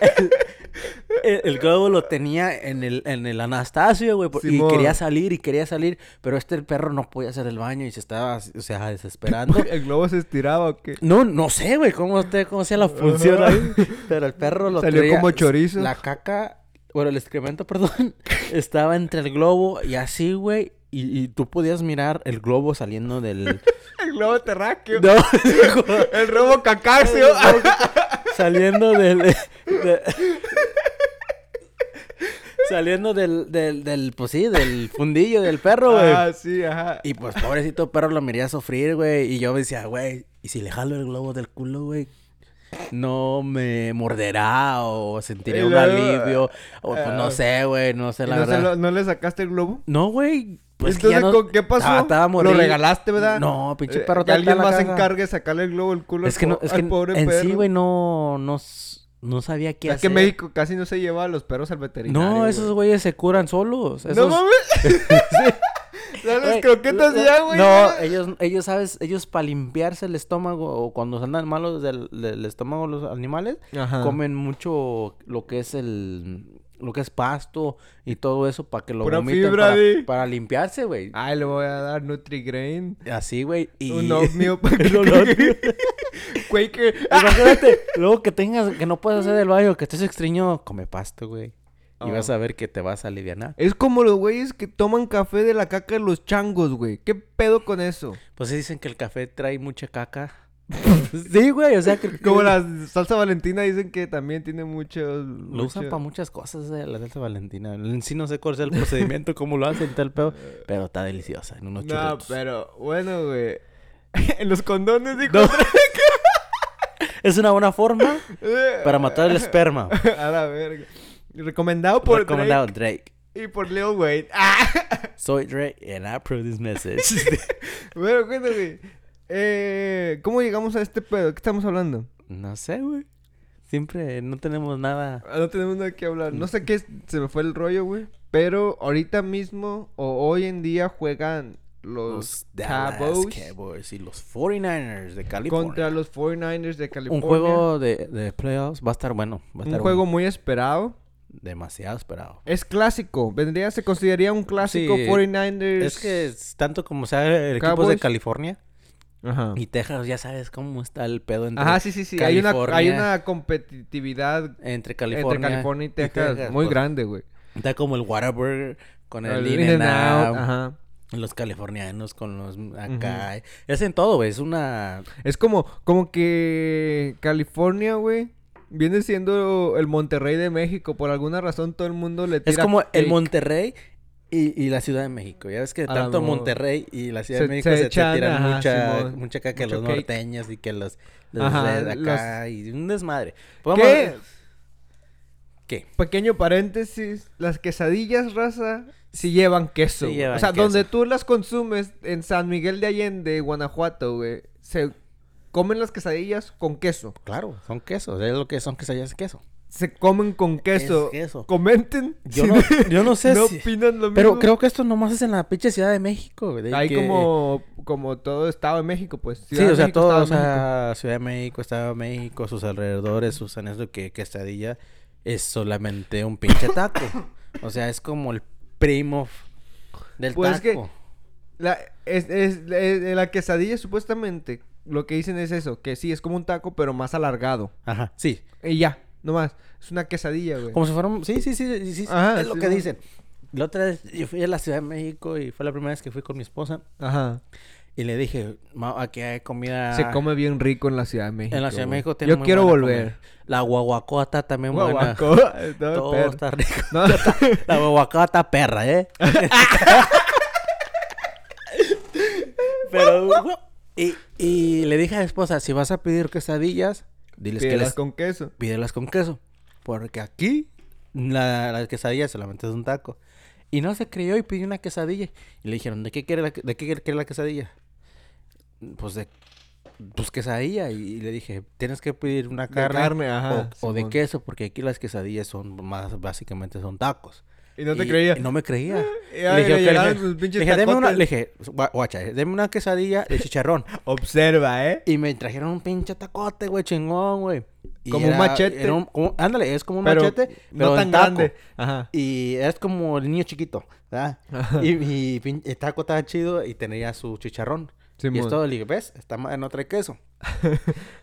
Speaker 1: El, el- el globo lo tenía en el, en el Anastasio, güey. por- Y
Speaker 2: Simón.
Speaker 1: quería salir y quería salir. Pero este el perro no podía hacer el baño y se estaba, o sea, desesperando.
Speaker 2: El globo se estiraba o qué.
Speaker 1: No, no sé, güey, cómo usted, cómo sea la función ahí. Pero el perro lo
Speaker 2: Salió
Speaker 1: traía-
Speaker 2: como chorizo.
Speaker 1: La caca, bueno, el excremento, perdón, estaba entre el globo y así, güey. Y, y tú podías mirar el globo saliendo del...
Speaker 2: El globo terráqueo.
Speaker 1: No,
Speaker 2: El robo cacáceo.
Speaker 1: saliendo del... de- saliendo del, del, del, pues sí, del fundillo del perro, güey.
Speaker 2: ah, sí, ajá.
Speaker 1: Y pues pobrecito perro lo miré a sufrir, güey. Y yo me decía, güey, ¿y si le jalo el globo del culo, güey? No me morderá o sentiré
Speaker 2: Y
Speaker 1: un
Speaker 2: luego,
Speaker 1: alivio. O pues,
Speaker 2: ah,
Speaker 1: no sé, güey, no sé
Speaker 2: ¿Y
Speaker 1: la
Speaker 2: no, se
Speaker 1: verdad.
Speaker 2: lo- no le sacaste el globo?
Speaker 1: No, güey. Pues que
Speaker 2: Entonces,
Speaker 1: ya no-
Speaker 2: ¿con- ¿qué pasó?
Speaker 1: Ah, estaba
Speaker 2: Lo
Speaker 1: morir.
Speaker 2: regalaste, ¿verdad?
Speaker 1: No, pinche perro.
Speaker 2: Eh, que
Speaker 1: está- está
Speaker 2: alguien
Speaker 1: en la
Speaker 2: más se
Speaker 1: casa.
Speaker 2: encargue de sacarle el globo el culo
Speaker 1: Es que
Speaker 2: al,
Speaker 1: no,
Speaker 2: po-
Speaker 1: es
Speaker 2: al
Speaker 1: que
Speaker 2: pobre
Speaker 1: en
Speaker 2: perro.
Speaker 1: sí, güey, no, no, s- no sabía qué
Speaker 2: Es que
Speaker 1: hacer.
Speaker 2: en México casi no se lleva a los perros al veterinario.
Speaker 1: No,
Speaker 2: güey.
Speaker 1: esos güeyes se curan solos.
Speaker 2: No
Speaker 1: Esos-
Speaker 2: mames.
Speaker 1: Güey,
Speaker 2: Dale croquetas
Speaker 1: lo-
Speaker 2: ya, güey.
Speaker 1: No, ellos, ellos, ¿sabes? Ellos para limpiarse el estómago o cuando andan malos del, del estómago los animales,
Speaker 2: Ajá.
Speaker 1: comen mucho lo que es el... Lo que es pasto y todo eso para que lo
Speaker 2: Pura
Speaker 1: vomiten
Speaker 2: fibra,
Speaker 1: para,
Speaker 2: di.
Speaker 1: para limpiarse, güey.
Speaker 2: Ay, le voy a dar Nutrigrain.
Speaker 1: Así, güey. Y...
Speaker 2: Un ovnio para
Speaker 1: Un ovnio.
Speaker 2: que Quaker.
Speaker 1: Imagínate, luego que tengas... Que no puedes hacer el baño, que estés extraño, come pasto, güey. Y
Speaker 2: Ah.
Speaker 1: vas a ver que te vas a aliviar.
Speaker 2: Es como los güeyes que toman café de la caca de los changos, güey. ¿Qué pedo con eso?
Speaker 1: Pues sí dicen que el café trae mucha caca. sí, güey, o sea que...
Speaker 2: Como la salsa valentina dicen que también tiene muchos...
Speaker 1: Lo usan para muchas cosas eh, la salsa valentina. En sí no sé cuál es el procedimiento, cómo lo hacen, tal pedo. Pero está deliciosa en unos
Speaker 2: No,
Speaker 1: churritos.
Speaker 2: pero bueno, güey. en los condones, dijo.
Speaker 1: Es una buena forma para matar el esperma.
Speaker 2: a la verga. Recomendado por
Speaker 1: Recomendado Drake.
Speaker 2: Drake y por Leo Wayne. ¡Ah!
Speaker 1: Soy Drake and I approve this message.
Speaker 2: Bueno, cuéntame. güey. Eh, ¿Cómo llegamos a este pedo? ¿Qué estamos hablando?
Speaker 1: no sé, güey. Siempre no tenemos nada.
Speaker 2: Ah, No tenemos nada que hablar.
Speaker 1: Mm.
Speaker 2: No sé qué es- se me fue el rollo, güey. Pero ahorita mismo o hoy en día juegan los,
Speaker 1: Los Dallas
Speaker 2: Cowboys
Speaker 1: Cowboys y los 49ers de California.
Speaker 2: contra los 49ers de
Speaker 1: Un
Speaker 2: California.
Speaker 1: juego de, de playoffs va a estar bueno. Va a
Speaker 2: Un
Speaker 1: estar
Speaker 2: juego
Speaker 1: bueno.
Speaker 2: muy esperado.
Speaker 1: demasiado esperado.
Speaker 2: Es clásico. Vendría, se consideraría un clásico
Speaker 1: Sí,
Speaker 2: 49ers.
Speaker 1: Es que es tanto como sea el equipo de
Speaker 2: Cowboys.
Speaker 1: California.
Speaker 2: Ajá.
Speaker 1: Y Texas, ya sabes cómo está el pedo entre,
Speaker 2: Ajá, sí, sí, sí. Hay una, hay
Speaker 1: California.
Speaker 2: una competitividad
Speaker 1: entre California,
Speaker 2: entre California y Texas,
Speaker 1: Texas,
Speaker 2: muy
Speaker 1: pues.
Speaker 2: grande, güey.
Speaker 1: Está como el Whataburger con el,
Speaker 2: El
Speaker 1: In-N-Out.
Speaker 2: In-N-Out, Ajá.
Speaker 1: Los californianos con los acá. Es en todo, güey. Es una.
Speaker 2: Es como, como que California, güey, viene siendo el Monterrey de México. Por alguna razón todo el mundo le tira
Speaker 1: es como el
Speaker 2: cake.
Speaker 1: Monterrey y, y la Ciudad de México. Ya ves que
Speaker 2: A la
Speaker 1: tanto
Speaker 2: mo-
Speaker 1: Monterrey y la Ciudad
Speaker 2: se-
Speaker 1: de México
Speaker 2: se
Speaker 1: se, te
Speaker 2: echan,
Speaker 1: tiran
Speaker 2: ajá,
Speaker 1: mucha,
Speaker 2: Simón.
Speaker 1: mucha caca que
Speaker 2: Mucho
Speaker 1: los
Speaker 2: cake.
Speaker 1: norteños y que los, los
Speaker 2: Ajá,
Speaker 1: de acá y un desmadre.
Speaker 2: ¿Qué?
Speaker 1: Vamos- ¿Qué?
Speaker 2: Pequeño paréntesis, las quesadillas, raza, si llevan queso.
Speaker 1: Sí
Speaker 2: güey.
Speaker 1: llevan
Speaker 2: o sea,
Speaker 1: queso.
Speaker 2: donde tú las consumes, en San Miguel de Allende, Guanajuato, güey, se comen las quesadillas con queso.
Speaker 1: Claro, son quesos. Es lo que son quesadillas de queso.
Speaker 2: Se comen con queso.
Speaker 1: queso.
Speaker 2: Comenten.
Speaker 1: Yo
Speaker 2: si
Speaker 1: no, yo no sé
Speaker 2: no
Speaker 1: si-
Speaker 2: opinan lo
Speaker 1: Pero
Speaker 2: mismo.
Speaker 1: creo que esto nomás es en la pinche Ciudad de México. güey, de
Speaker 2: Hay
Speaker 1: que-
Speaker 2: como, como todo Estado de México, pues.
Speaker 1: Sí,
Speaker 2: Ciudad de
Speaker 1: o sea,
Speaker 2: México,
Speaker 1: todo,
Speaker 2: Estado
Speaker 1: o
Speaker 2: de
Speaker 1: sea,
Speaker 2: México.
Speaker 1: Ciudad de México, Estado de México, sus alrededores, sus en eso que quesadilla es solamente un pinche taco. o sea, es como el primo f- del
Speaker 2: Pues es
Speaker 1: taco.
Speaker 2: que- La, es, es- es- la quesadilla, supuestamente, lo que dicen es eso, que sí, es como un taco, pero más alargado.
Speaker 1: Ajá, sí.
Speaker 2: Y ya, nomás. Es una quesadilla, güey.
Speaker 1: Como si fuera un... Sí, sí, sí, sí, sí,
Speaker 2: Pues Ajá,
Speaker 1: es lo
Speaker 2: sí,
Speaker 1: que
Speaker 2: no.
Speaker 1: dicen. La otra vez yo fui a la Ciudad de México y fue la primera vez que fui con mi esposa
Speaker 2: Ajá.
Speaker 1: y le dije, "Ma, aquí hay comida...
Speaker 2: Se come bien rico en la Ciudad de México.
Speaker 1: Ah. En la Ciudad de
Speaker 2: güey.
Speaker 1: México tiene
Speaker 2: Yo
Speaker 1: muy
Speaker 2: quiero
Speaker 1: buena
Speaker 2: volver.
Speaker 1: comida. La guaguacoa está también buena.
Speaker 2: Guaguacoa. No,
Speaker 1: Todo
Speaker 2: espera.
Speaker 1: está rico.
Speaker 2: No.
Speaker 1: La guaguacoa está perra, ¿eh? Pero... Y, y le dije a mi esposa, si vas a pedir quesadillas, diles que
Speaker 2: Pídelas
Speaker 1: les...
Speaker 2: con queso.
Speaker 1: pídelas con queso. Porque aquí la, la quesadilla solamente es un taco. Y no se creyó y pidió una quesadilla. Y le dijeron, ¿de qué quiere la, que- de qué quiere- quiere la quesadilla? Pues de pues quesadilla. Y, y le dije, tienes que pedir una
Speaker 2: De
Speaker 1: carne,
Speaker 2: carne, ajá,
Speaker 1: o, o de
Speaker 2: Simón.
Speaker 1: queso, porque aquí las quesadillas son más, básicamente son tacos.
Speaker 2: Y no te creía.
Speaker 1: y no me creía.
Speaker 2: Y
Speaker 1: Y
Speaker 2: ahí
Speaker 1: le dije,
Speaker 2: le
Speaker 1: "Ok", le
Speaker 2: llegaron
Speaker 1: dije-
Speaker 2: sus pinches
Speaker 1: le dije, "Deme una,
Speaker 2: tacotes.
Speaker 1: le dije, gua- guacha, eh, deme una quesadilla de chicharrón.
Speaker 2: Observa, ¿eh?
Speaker 1: Y me trajeron un pinche tacote, güey, chingón, güey. Y
Speaker 2: Como un machete.
Speaker 1: era un- como- ándale, es como un
Speaker 2: Pero
Speaker 1: machete, pero
Speaker 2: no tan
Speaker 1: en taco.
Speaker 2: grande. Ajá.
Speaker 1: Y es como el niño chiquito, ¿verdad? y, y pin- el taco estaba chido y tenía su chicharrón. y
Speaker 2: Simón.
Speaker 1: es todo, le dije, ¿ves? Está en no trae queso.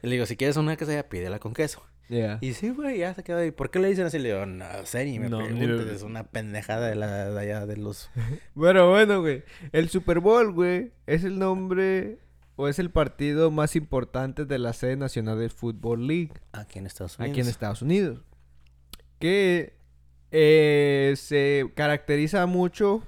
Speaker 1: y le digo, si quieres una quesadilla, pídela con queso.
Speaker 2: Yeah.
Speaker 1: Y sí, güey, ya se quedó ahí. ¿Por qué le dicen así? Le digo, no sé, ni me
Speaker 2: No, ni me-
Speaker 1: preguntes. Es una pendejada de, la, de allá de los...
Speaker 2: Bueno, bueno, güey. El Super Bowl, güey, es el nombre o es el partido más importante de la sede nacional del Football League.
Speaker 1: Aquí en Estados Unidos.
Speaker 2: aquí en Estados Unidos. Que eh, se caracteriza mucho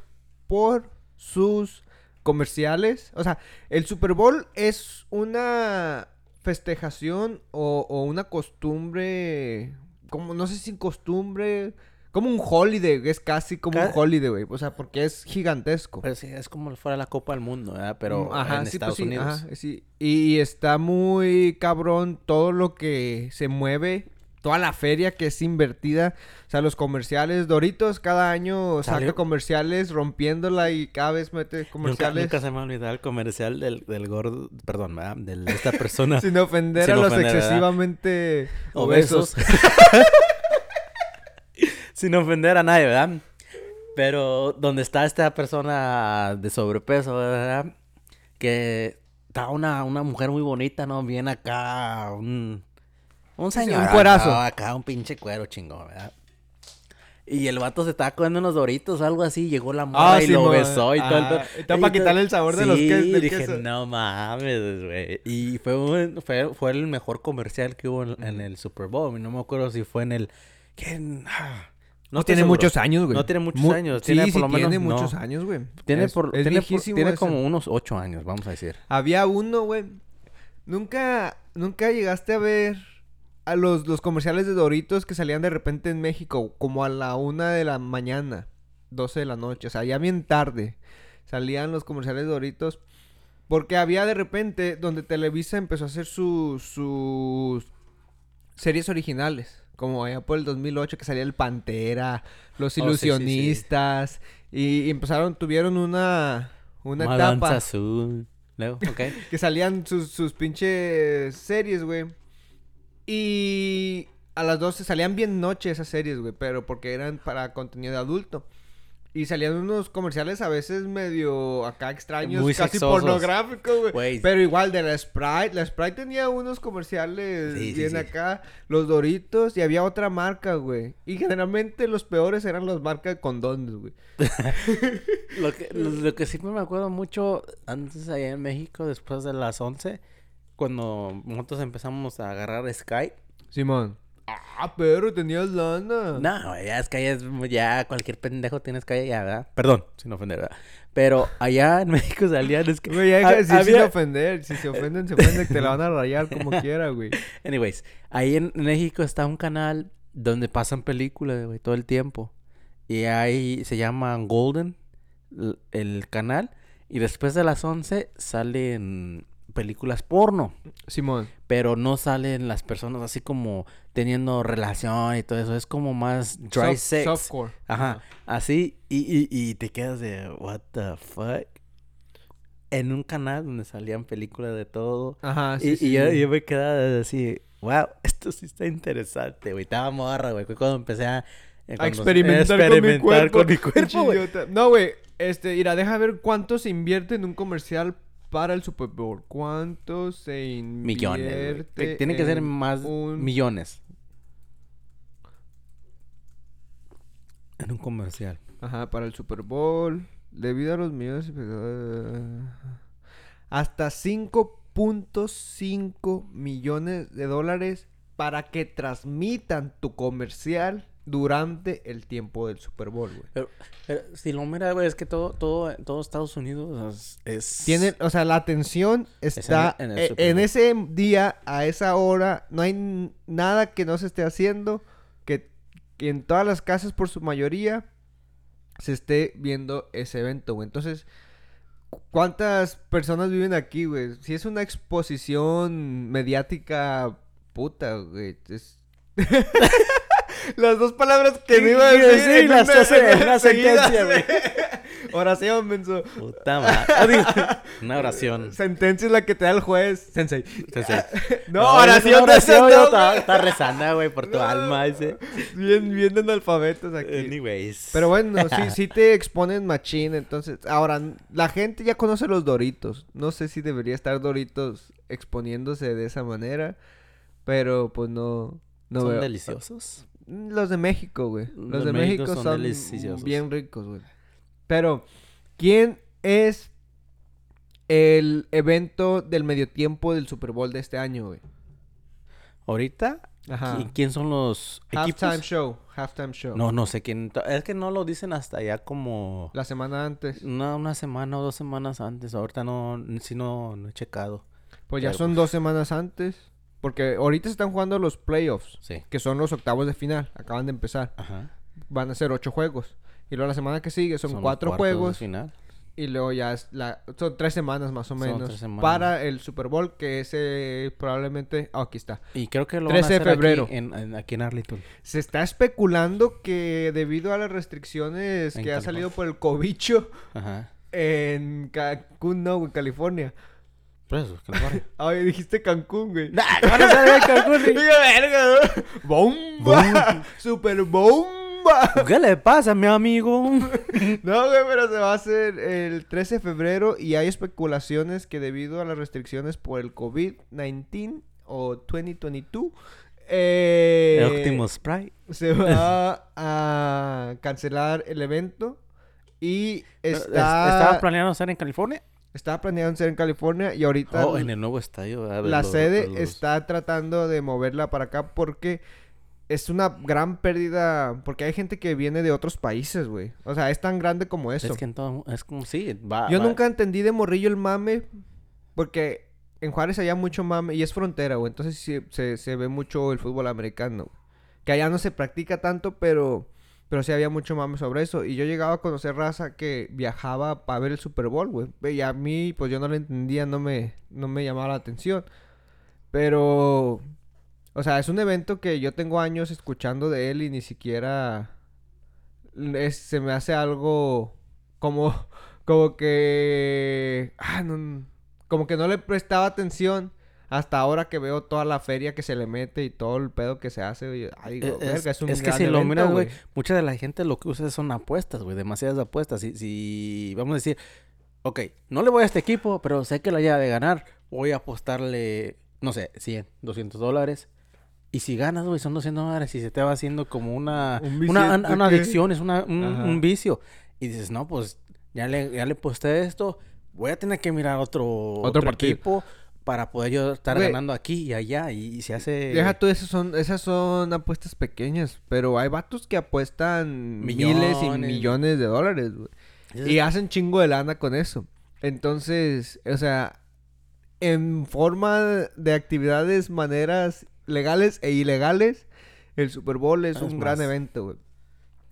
Speaker 2: por sus comerciales. O sea, el Super Bowl es una festejación o, o una costumbre, como no sé si costumbre, como un holiday, es casi como un
Speaker 1: Ca-
Speaker 2: holiday, güey. O sea, porque es gigantesco.
Speaker 1: Pero Pues sí, es como fuera la Copa del Mundo, ¿verdad? Pero
Speaker 2: Mm,
Speaker 1: en
Speaker 2: ajá, sí, pues
Speaker 1: Estados
Speaker 2: sí,
Speaker 1: Unidos.
Speaker 2: ajá, sí. Y, y está muy cabrón todo lo que se mueve, toda la feria que es invertida. O sea, los comerciales, Doritos cada año saca
Speaker 1: Salió-
Speaker 2: comerciales rompiéndola y cada vez mete
Speaker 1: Nunca,
Speaker 2: comerciales
Speaker 1: nunca se me ha olvidado el comercial del, del gordo, perdón, ¿verdad? Del- de esta persona
Speaker 2: sin ofender
Speaker 1: Sin
Speaker 2: a los
Speaker 1: ofender, ¿verdad?
Speaker 2: excesivamente obesos.
Speaker 1: obesos. Sin ofender a nadie, ¿verdad? Pero donde está esta persona de sobrepeso, ¿verdad? Que está una, una mujer muy bonita, ¿no? Bien acá, un, un
Speaker 2: Sí, sí, un
Speaker 1: señor.
Speaker 2: cuerazo.
Speaker 1: Acá, acá, un pinche cuero chingón, ¿verdad? Y el vato se estaba comiendo unos doritos o algo así. Llegó la morra y
Speaker 2: sí,
Speaker 1: lo
Speaker 2: mo-
Speaker 1: besó y todo. el
Speaker 2: ah,
Speaker 1: pedo.
Speaker 2: está pa'
Speaker 1: Y yo-
Speaker 2: quitarle el sabor de los
Speaker 1: Sí,
Speaker 2: ques- del
Speaker 1: dije,
Speaker 2: queso.
Speaker 1: no mames, güey. Y fue, un- fue, fue el mejor comercial que hubo en, en el Super Bowl. No me acuerdo si fue en el... ¿Quién? Ah, no
Speaker 2: No
Speaker 1: estoy
Speaker 2: tiene
Speaker 1: seguro.
Speaker 2: muchos años, güey.
Speaker 1: No tiene muchos
Speaker 2: Mu-
Speaker 1: años,
Speaker 2: Sí,
Speaker 1: tiene por
Speaker 2: sí
Speaker 1: lo menos-
Speaker 2: tiene
Speaker 1: no.
Speaker 2: muchos años, güey.
Speaker 1: Tiene,
Speaker 2: Es-
Speaker 1: por,
Speaker 2: es
Speaker 1: tiene, por-
Speaker 2: viejísimo
Speaker 1: tiene
Speaker 2: ese.
Speaker 1: como unos ocho años, vamos a decir.
Speaker 2: Había uno, güey. Nunca, nunca llegaste a ver a los, los comerciales de Doritos que salían de repente en México, como a la una de la mañana, 12 de la noche, o sea, ya bien tarde salían los comerciales de Doritos. Porque había de repente donde Televisa empezó a hacer sus, sus series originales. Como allá por el 2008 que salía El Pantera,
Speaker 1: Oh, sí,
Speaker 2: Los
Speaker 1: sí, sí.
Speaker 2: Ilusionistas. Y, y empezaron, tuvieron una, una
Speaker 1: Madanza
Speaker 2: etapa
Speaker 1: azul. Luego, ok.
Speaker 2: que salían sus, sus pinches series, güey. Y a las 12 salían bien noche esas series, güey, pero porque eran para contenido de adulto. Y salían unos comerciales a veces medio acá extraños,
Speaker 1: Muy
Speaker 2: casi
Speaker 1: sexosos.
Speaker 2: pornográficos, güey.
Speaker 1: Güey.
Speaker 2: Pero igual de la Sprite, la Sprite tenía unos comerciales
Speaker 1: Sí, sí,
Speaker 2: bien
Speaker 1: sí.
Speaker 2: acá, los Doritos y había otra marca, güey. Y generalmente los peores eran las marcas de condones, güey.
Speaker 1: Lo que, lo, lo que siempre me acuerdo mucho, antes allá en México, después de las 11, cuando nosotros empezamos a agarrar Sky.
Speaker 2: Simón. Ah, pero tenías lana.
Speaker 1: No, güey, ya Sky es, ya cualquier pendejo tiene Sky ya, ¿verdad? Perdón, sin ofender, ¿verdad? Pero allá en México salían Sky.
Speaker 2: Güey, ya deja
Speaker 1: Ha-
Speaker 2: de decir sin
Speaker 1: había-
Speaker 2: ofender. Si se ofenden, se ofenden, te la van a rayar como quiera, güey.
Speaker 1: Anyways, ahí en México está un canal donde pasan películas, güey, todo el tiempo. Y ahí se llama Golden, l- el canal. Y después de las 11 salen películas porno.
Speaker 2: Simón.
Speaker 1: Pero no salen las personas así como teniendo relación y todo eso. Es como más dry
Speaker 2: Soft-
Speaker 1: sex.
Speaker 2: Softcore.
Speaker 1: Ajá, así. Y, y, y te quedas de, what the fuck. En un canal donde salían películas de todo.
Speaker 2: Ajá, sí,
Speaker 1: Y,
Speaker 2: sí,
Speaker 1: y yo,
Speaker 2: sí.
Speaker 1: yo me quedaba así, wow, esto sí está interesante, güey. Estaba morra, güey. Fue cuando empecé a, eh,
Speaker 2: a
Speaker 1: cuando-
Speaker 2: experimentar,
Speaker 1: experimentar
Speaker 2: con mi
Speaker 1: con
Speaker 2: cuerpo.
Speaker 1: mi cuerpo, güey.
Speaker 2: idiota. No, güey. Este, mira, deja ver cuánto se invierte en un comercial para el Super Bowl. ¿Cuánto se invierte?
Speaker 1: Millones. güey. Tiene que ser
Speaker 2: en
Speaker 1: más
Speaker 2: un-
Speaker 1: millones. En un comercial.
Speaker 2: Ajá, para el Super Bowl. Debido a los millones de espectadores, Hasta 5.5 millones de dólares para que transmitan tu comercial durante el tiempo del Super Bowl, güey.
Speaker 1: Pero, pero si lo mira, güey, es que todo, todo, todo Estados Unidos es. es-
Speaker 2: Tienen, o sea, la atención está
Speaker 1: en
Speaker 2: eh,
Speaker 1: el
Speaker 2: en,
Speaker 1: Super Bowl.
Speaker 2: ese día, a esa hora, no hay n- nada que no se esté haciendo, que, que en todas las casas por su mayoría se esté viendo ese evento, güey. Entonces, cu- ¿cuántas personas viven aquí, güey? Si es una exposición mediática puta, güey. es- las dos palabras que me iba a
Speaker 1: Sí,
Speaker 2: decir
Speaker 1: sí,
Speaker 2: en
Speaker 1: las
Speaker 2: una-
Speaker 1: hace en una
Speaker 2: seguida,
Speaker 1: sentencia, güey.
Speaker 2: Oración, menso.
Speaker 1: Puta madre. Una oración.
Speaker 2: Sentencia es la que te da el juez, sensei.
Speaker 1: Entonces,
Speaker 2: No,
Speaker 1: es una
Speaker 2: oración,
Speaker 1: oración,
Speaker 2: de
Speaker 1: yo
Speaker 2: sentado,
Speaker 1: estaba-
Speaker 2: güey.
Speaker 1: estaba rezando, güey, por tu
Speaker 2: No.
Speaker 1: alma. Ese.
Speaker 2: Bien, bien analfabetos aquí.
Speaker 1: Anyways.
Speaker 2: Pero bueno, sí, sí te exponen machín, entonces. Ahora, la gente ya conoce los Doritos. No sé si debería estar Doritos exponiéndose de esa manera. Pero pues no. no
Speaker 1: son
Speaker 2: veo.
Speaker 1: deliciosos.
Speaker 2: Los de México, güey. Los, de México, son,
Speaker 1: deliciosos.
Speaker 2: bien ricos, güey. Pero, ¿quién es el evento del medio tiempo del Super Bowl de este año, güey?
Speaker 1: Ahorita, ¿y quién son los
Speaker 2: Halftime
Speaker 1: equipos?
Speaker 2: show, halftime show.
Speaker 1: No, no sé quién. to- Es que no lo dicen hasta ya como
Speaker 2: La semana antes.
Speaker 1: una, una semana o dos semanas antes. Ahorita no, si no, no he checado.
Speaker 2: Pues ya
Speaker 1: Pero,
Speaker 2: son dos semanas antes. Porque ahorita se están jugando los playoffs,
Speaker 1: Sí.
Speaker 2: que son los octavos de final. Acaban de empezar.
Speaker 1: Ajá.
Speaker 2: Van a ser ocho juegos. Y luego la semana que sigue son,
Speaker 1: los
Speaker 2: cuatro
Speaker 1: cuartos de
Speaker 2: juegos.
Speaker 1: final.
Speaker 2: Y luego ya es la... son tres semanas más o
Speaker 1: Son
Speaker 2: menos.
Speaker 1: tres semanas.
Speaker 2: Para el Super Bowl, que es eh, probablemente. ah, aquí está.
Speaker 1: Y creo que lo
Speaker 2: 13 de
Speaker 1: van a hacer
Speaker 2: febrero.
Speaker 1: Aquí, en, en- aquí en Arlington.
Speaker 2: Se está especulando que debido a las restricciones
Speaker 1: En
Speaker 2: que ha
Speaker 1: California.
Speaker 2: salido por el cobicho
Speaker 1: Ajá.
Speaker 2: en Cancún, no, en California.
Speaker 1: Presos, que lo guarden.
Speaker 2: Ay, Ah, dijiste Cancún, güey.
Speaker 1: Van a ser en Cancún,
Speaker 2: Digo, verga, ¿no? ¡Bomba! ¡Super bomba!
Speaker 1: y- ¿Qué le pasa, mi amigo?
Speaker 2: No, güey, pero se va a hacer el 13 de febrero y hay especulaciones que debido a las restricciones por el COVID-19 o 2022, eh,
Speaker 1: El Optimus Sprite.
Speaker 2: se va a cancelar el evento y está,
Speaker 1: ¿Estaba planeado hacer en California?
Speaker 2: está planeado ser en California y ahorita
Speaker 1: Oh, en el nuevo estadio. ¿verdad? De
Speaker 2: la
Speaker 1: los-
Speaker 2: sede
Speaker 1: de los-
Speaker 2: está tratando de moverla para acá porque es una gran pérdida. Porque hay gente que viene de otros países, güey. O sea, es tan grande como eso.
Speaker 1: Es que en todo- es como, sí, va.
Speaker 2: Yo
Speaker 1: va-
Speaker 2: nunca entendí de morrillo el mame porque en Juárez allá mucho mame y es frontera, güey. Entonces sí, se, se ve mucho el fútbol americano. güey. Que allá no se practica tanto, pero, pero sí había mucho mame sobre eso. Y yo llegaba a conocer raza que viajaba para ver el Super Bowl, güey. Y a mí, pues yo no lo entendía, no me, no me llamaba la atención. Pero, o sea, es un evento que yo tengo años escuchando de él y ni siquiera es- se me hace algo como, como que, ah, no, no, como que no le prestaba atención hasta ahora que veo toda la feria que se le mete y todo el pedo que se hace, güey, ay,
Speaker 1: Eh,
Speaker 2: digo,
Speaker 1: Es,
Speaker 2: verga, es un
Speaker 1: es que
Speaker 2: gran
Speaker 1: si lo
Speaker 2: evento,
Speaker 1: miras, güey, mucha de la gente lo que usa son apuestas, güey, demasiadas apuestas. Si, si vamos a decir, ok, no le voy a este equipo, pero sé que la haya de ganar, voy a apostarle, no sé, 100, 200 dólares. Y si ganas, güey, son 200 dólares y se te va haciendo como una,
Speaker 2: Un
Speaker 1: una,
Speaker 2: billete
Speaker 1: una
Speaker 2: que-
Speaker 1: adicción, es una, un,
Speaker 2: Ajá.
Speaker 1: un vicio. Y dices, no, pues ya le, ya le aposté esto, voy a tener que mirar otro,
Speaker 2: Otro
Speaker 1: otro,
Speaker 2: partido.
Speaker 1: equipo para poder yo estar
Speaker 2: Güey.
Speaker 1: ganando aquí y allá. Y, y se hace...
Speaker 2: Deja tú, esas son, esas son apuestas pequeñas, pero hay vatos que apuestan miles y
Speaker 1: Millones.
Speaker 2: millones de dólares, güey.
Speaker 1: Dices,
Speaker 2: Y hacen chingo de lana con eso. Entonces, o sea, en forma de actividades, maneras legales e ilegales, el Super Bowl es,
Speaker 1: Ah, Es
Speaker 2: un gran
Speaker 1: más.
Speaker 2: evento, güey.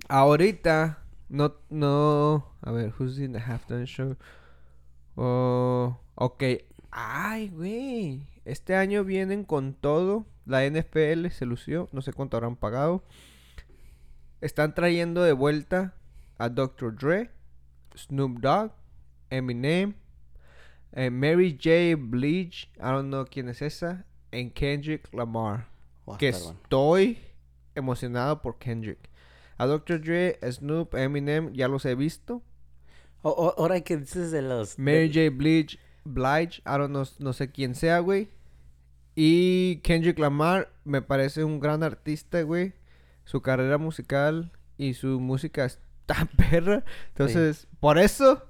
Speaker 2: Ahorita, no, no, a ver, who's in the halftime show? Oh, ok. Ay, güey. Este año vienen con todo. La NFL se lució. No sé cuánto habrán pagado. Están trayendo de vuelta a Dr. Dre, Snoop Dogg, Eminem, eh, Mary J. Bleach. I don't know quién es esa. En Kendrick Lamar.
Speaker 1: "Buah,
Speaker 2: que
Speaker 1: perdón".
Speaker 2: estoy emocionado por Kendrick. A Dr. Dre, Snoop, Eminem, ya los he visto.
Speaker 1: O- o- ahora que dices de los... de-
Speaker 2: Mary J. Blige, Blige, I don't know, no sé quién sea, güey. Y Kendrick Lamar me parece un gran artista, güey. Su carrera musical y su música es tan perra. Entonces, por eso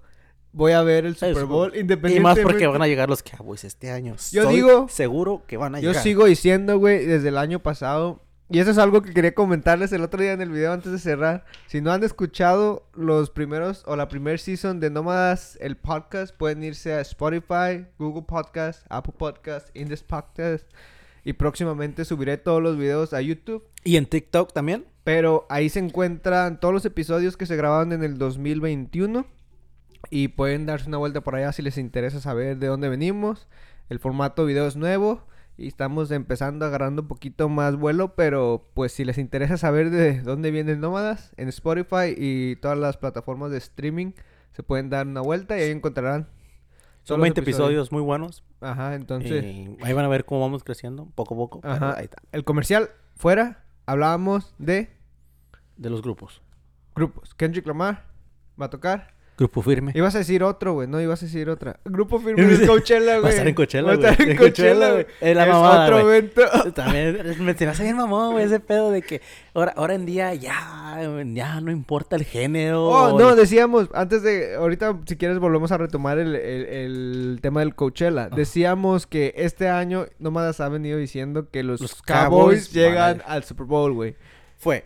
Speaker 2: voy a ver el Super
Speaker 1: Super
Speaker 2: Bowl
Speaker 1: Bowl.
Speaker 2: independiente.
Speaker 1: Y más porque van a llegar los Cowboys este año.
Speaker 2: Yo
Speaker 1: Estoy
Speaker 2: digo-
Speaker 1: Seguro que van a
Speaker 2: Yo
Speaker 1: llegar.
Speaker 2: sigo diciendo, güey, desde el año pasado. Y eso es algo que quería comentarles el otro día en el video antes de cerrar. Si no han escuchado los primeros o la primer season de Nómadas, el podcast, pueden irse a Spotify, Google Podcast, Apple Podcast, Indes Podcast. Y próximamente subiré todos los videos a YouTube.
Speaker 1: ¿Y en TikTok también?
Speaker 2: Pero ahí se encuentran todos los episodios que se grabaron en el 2021. Y pueden darse una vuelta por allá si les interesa saber de dónde venimos. El formato video es nuevo. Y estamos empezando agarrando un poquito más vuelo. Pero pues si les interesa saber de dónde vienen Nómadas, en Spotify y todas las plataformas de streaming, se pueden dar una vuelta y ahí encontrarán. todos
Speaker 1: Son
Speaker 2: los
Speaker 1: 20 episodios muy buenos.
Speaker 2: Ajá, entonces.
Speaker 1: Y ahí van a ver cómo vamos creciendo, poco a poco. pero
Speaker 2: Ajá.
Speaker 1: ahí está.
Speaker 2: El comercial fuera. Hablábamos de
Speaker 1: De los grupos.
Speaker 2: grupos. Kendrick Lamar va a tocar.
Speaker 1: Grupo firme.
Speaker 2: Ibas a decir otro, güey. No, ibas a decir otra. Grupo firme en Coachella, güey.
Speaker 1: Va a estar en Coachella,
Speaker 2: Va a estar
Speaker 1: güey.
Speaker 2: en
Speaker 1: En Coachella,
Speaker 2: Coachella, güey.
Speaker 1: güey. Es la mamada,
Speaker 2: otro
Speaker 1: güey.
Speaker 2: evento.
Speaker 1: También mencionaste bien mamón, güey, ese pedo de que ahora, ahora en día ya, ya no importa el género.
Speaker 2: Oh,
Speaker 1: o
Speaker 2: no,
Speaker 1: el-
Speaker 2: decíamos, antes de, ahorita si quieres volvemos a retomar el, el- el tema del Coachella. Decíamos que este año Nómadas ha venido diciendo que los,
Speaker 1: Los
Speaker 2: Cowboys,
Speaker 1: Cowboys
Speaker 2: llegan
Speaker 1: van
Speaker 2: al Super Bowl, güey.
Speaker 1: Fue,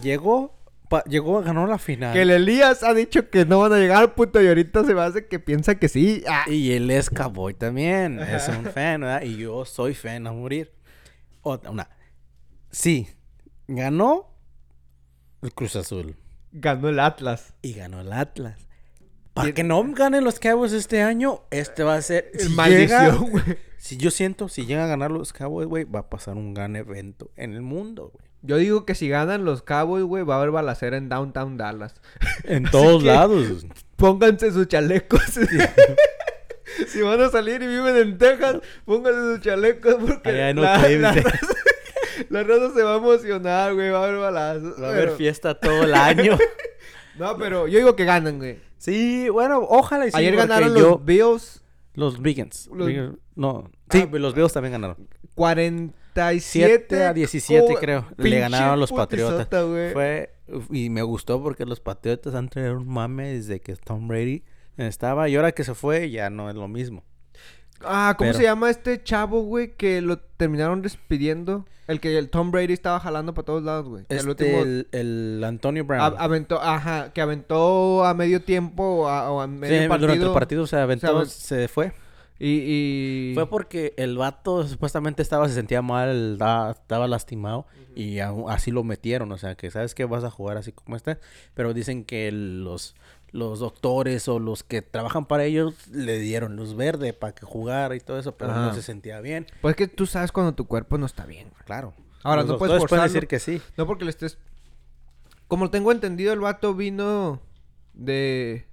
Speaker 1: llegó, pa- llegó, ganó la final.
Speaker 2: Que el Elías ha dicho que no van a llegar, puto, y ahorita se me hace que piensa que sí. Ah.
Speaker 1: Y él es cowboy también. Es un fan, ¿verdad? Y yo soy fan a morir. Otra, una. Sí, ganó el Cruz Azul
Speaker 2: Ganó el Atlas.
Speaker 1: y ganó el Atlas. Para que no ganen los Cowboys este año, este va a ser.
Speaker 2: El
Speaker 1: si llega-
Speaker 2: maldición, güey.
Speaker 1: si yo siento, si llega a ganar los Cowboys, güey, va a pasar un gran evento en el mundo, güey.
Speaker 2: Yo digo que si ganan los Cowboys, güey, va a haber balacera en Downtown Dallas.
Speaker 1: En todos
Speaker 2: que-
Speaker 1: lados.
Speaker 2: Pónganse sus chalecos. si van a salir y viven en Texas, pónganse sus chalecos porque
Speaker 1: Allá en
Speaker 2: la,
Speaker 1: Oak Cliff,
Speaker 2: la
Speaker 1: dice.
Speaker 2: raza, la raza se va a emocionar, güey. Va a haber balazos.
Speaker 1: Va a haber
Speaker 2: pero-
Speaker 1: fiesta todo el año.
Speaker 2: No, pero yo digo que ganan, güey.
Speaker 1: Sí, bueno, ojalá y sí.
Speaker 2: Ayer
Speaker 1: porque
Speaker 2: ganaron
Speaker 1: yo-
Speaker 2: los Bills
Speaker 1: Los Vegans.
Speaker 2: Los- Ah, pues,
Speaker 1: Vegans, No. Sí, los Bills también ganaron.
Speaker 2: 47
Speaker 1: 7 a 17,
Speaker 2: co-
Speaker 1: creo. Le
Speaker 2: pinche
Speaker 1: ganaron los
Speaker 2: putizota,
Speaker 1: Patriotas.
Speaker 2: güey.
Speaker 1: Fue... uf, Y me gustó porque los Patriotas han tenido un mame desde que Tom Brady estaba. Y ahora que se fue, ya no es lo mismo.
Speaker 2: Ah, ¿cómo
Speaker 1: Pero-
Speaker 2: se llama este chavo, güey? Que lo terminaron despidiendo. El que el Tom Brady estaba jalando para todos lados, güey.
Speaker 1: Este,
Speaker 2: el último. Ah,
Speaker 1: el, el Antonio
Speaker 2: a-
Speaker 1: Brown.
Speaker 2: aventó, ajá, que aventó a medio tiempo a- o a
Speaker 1: Sí,
Speaker 2: medio partido.
Speaker 1: durante el partido se aventó,
Speaker 2: aven-
Speaker 1: se fue.
Speaker 2: Y. y...
Speaker 1: Fue porque el vato supuestamente estaba, se sentía mal, da- estaba lastimado y aún así lo metieron. O sea, que sabes que vas a jugar así como está. Pero dicen que el- los, los doctores o los que trabajan para ellos le dieron luz verde para que jugara y todo eso, pero
Speaker 2: Ajá.
Speaker 1: no se sentía bien.
Speaker 2: Pues que tú sabes cuando tu cuerpo no está bien. güey.
Speaker 1: Claro.
Speaker 2: Ahora,
Speaker 1: Los
Speaker 2: no puedes
Speaker 1: doctores pueden
Speaker 2: forzarlo.
Speaker 1: decir que sí.
Speaker 2: No porque le estés. Como tengo entendido, el vato vino de.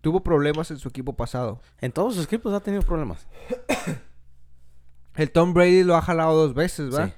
Speaker 2: Tuvo problemas en su equipo pasado.
Speaker 1: En todos sus equipos ha tenido problemas.
Speaker 2: El Tom Brady lo ha jalado dos veces, ¿va?
Speaker 1: Sí.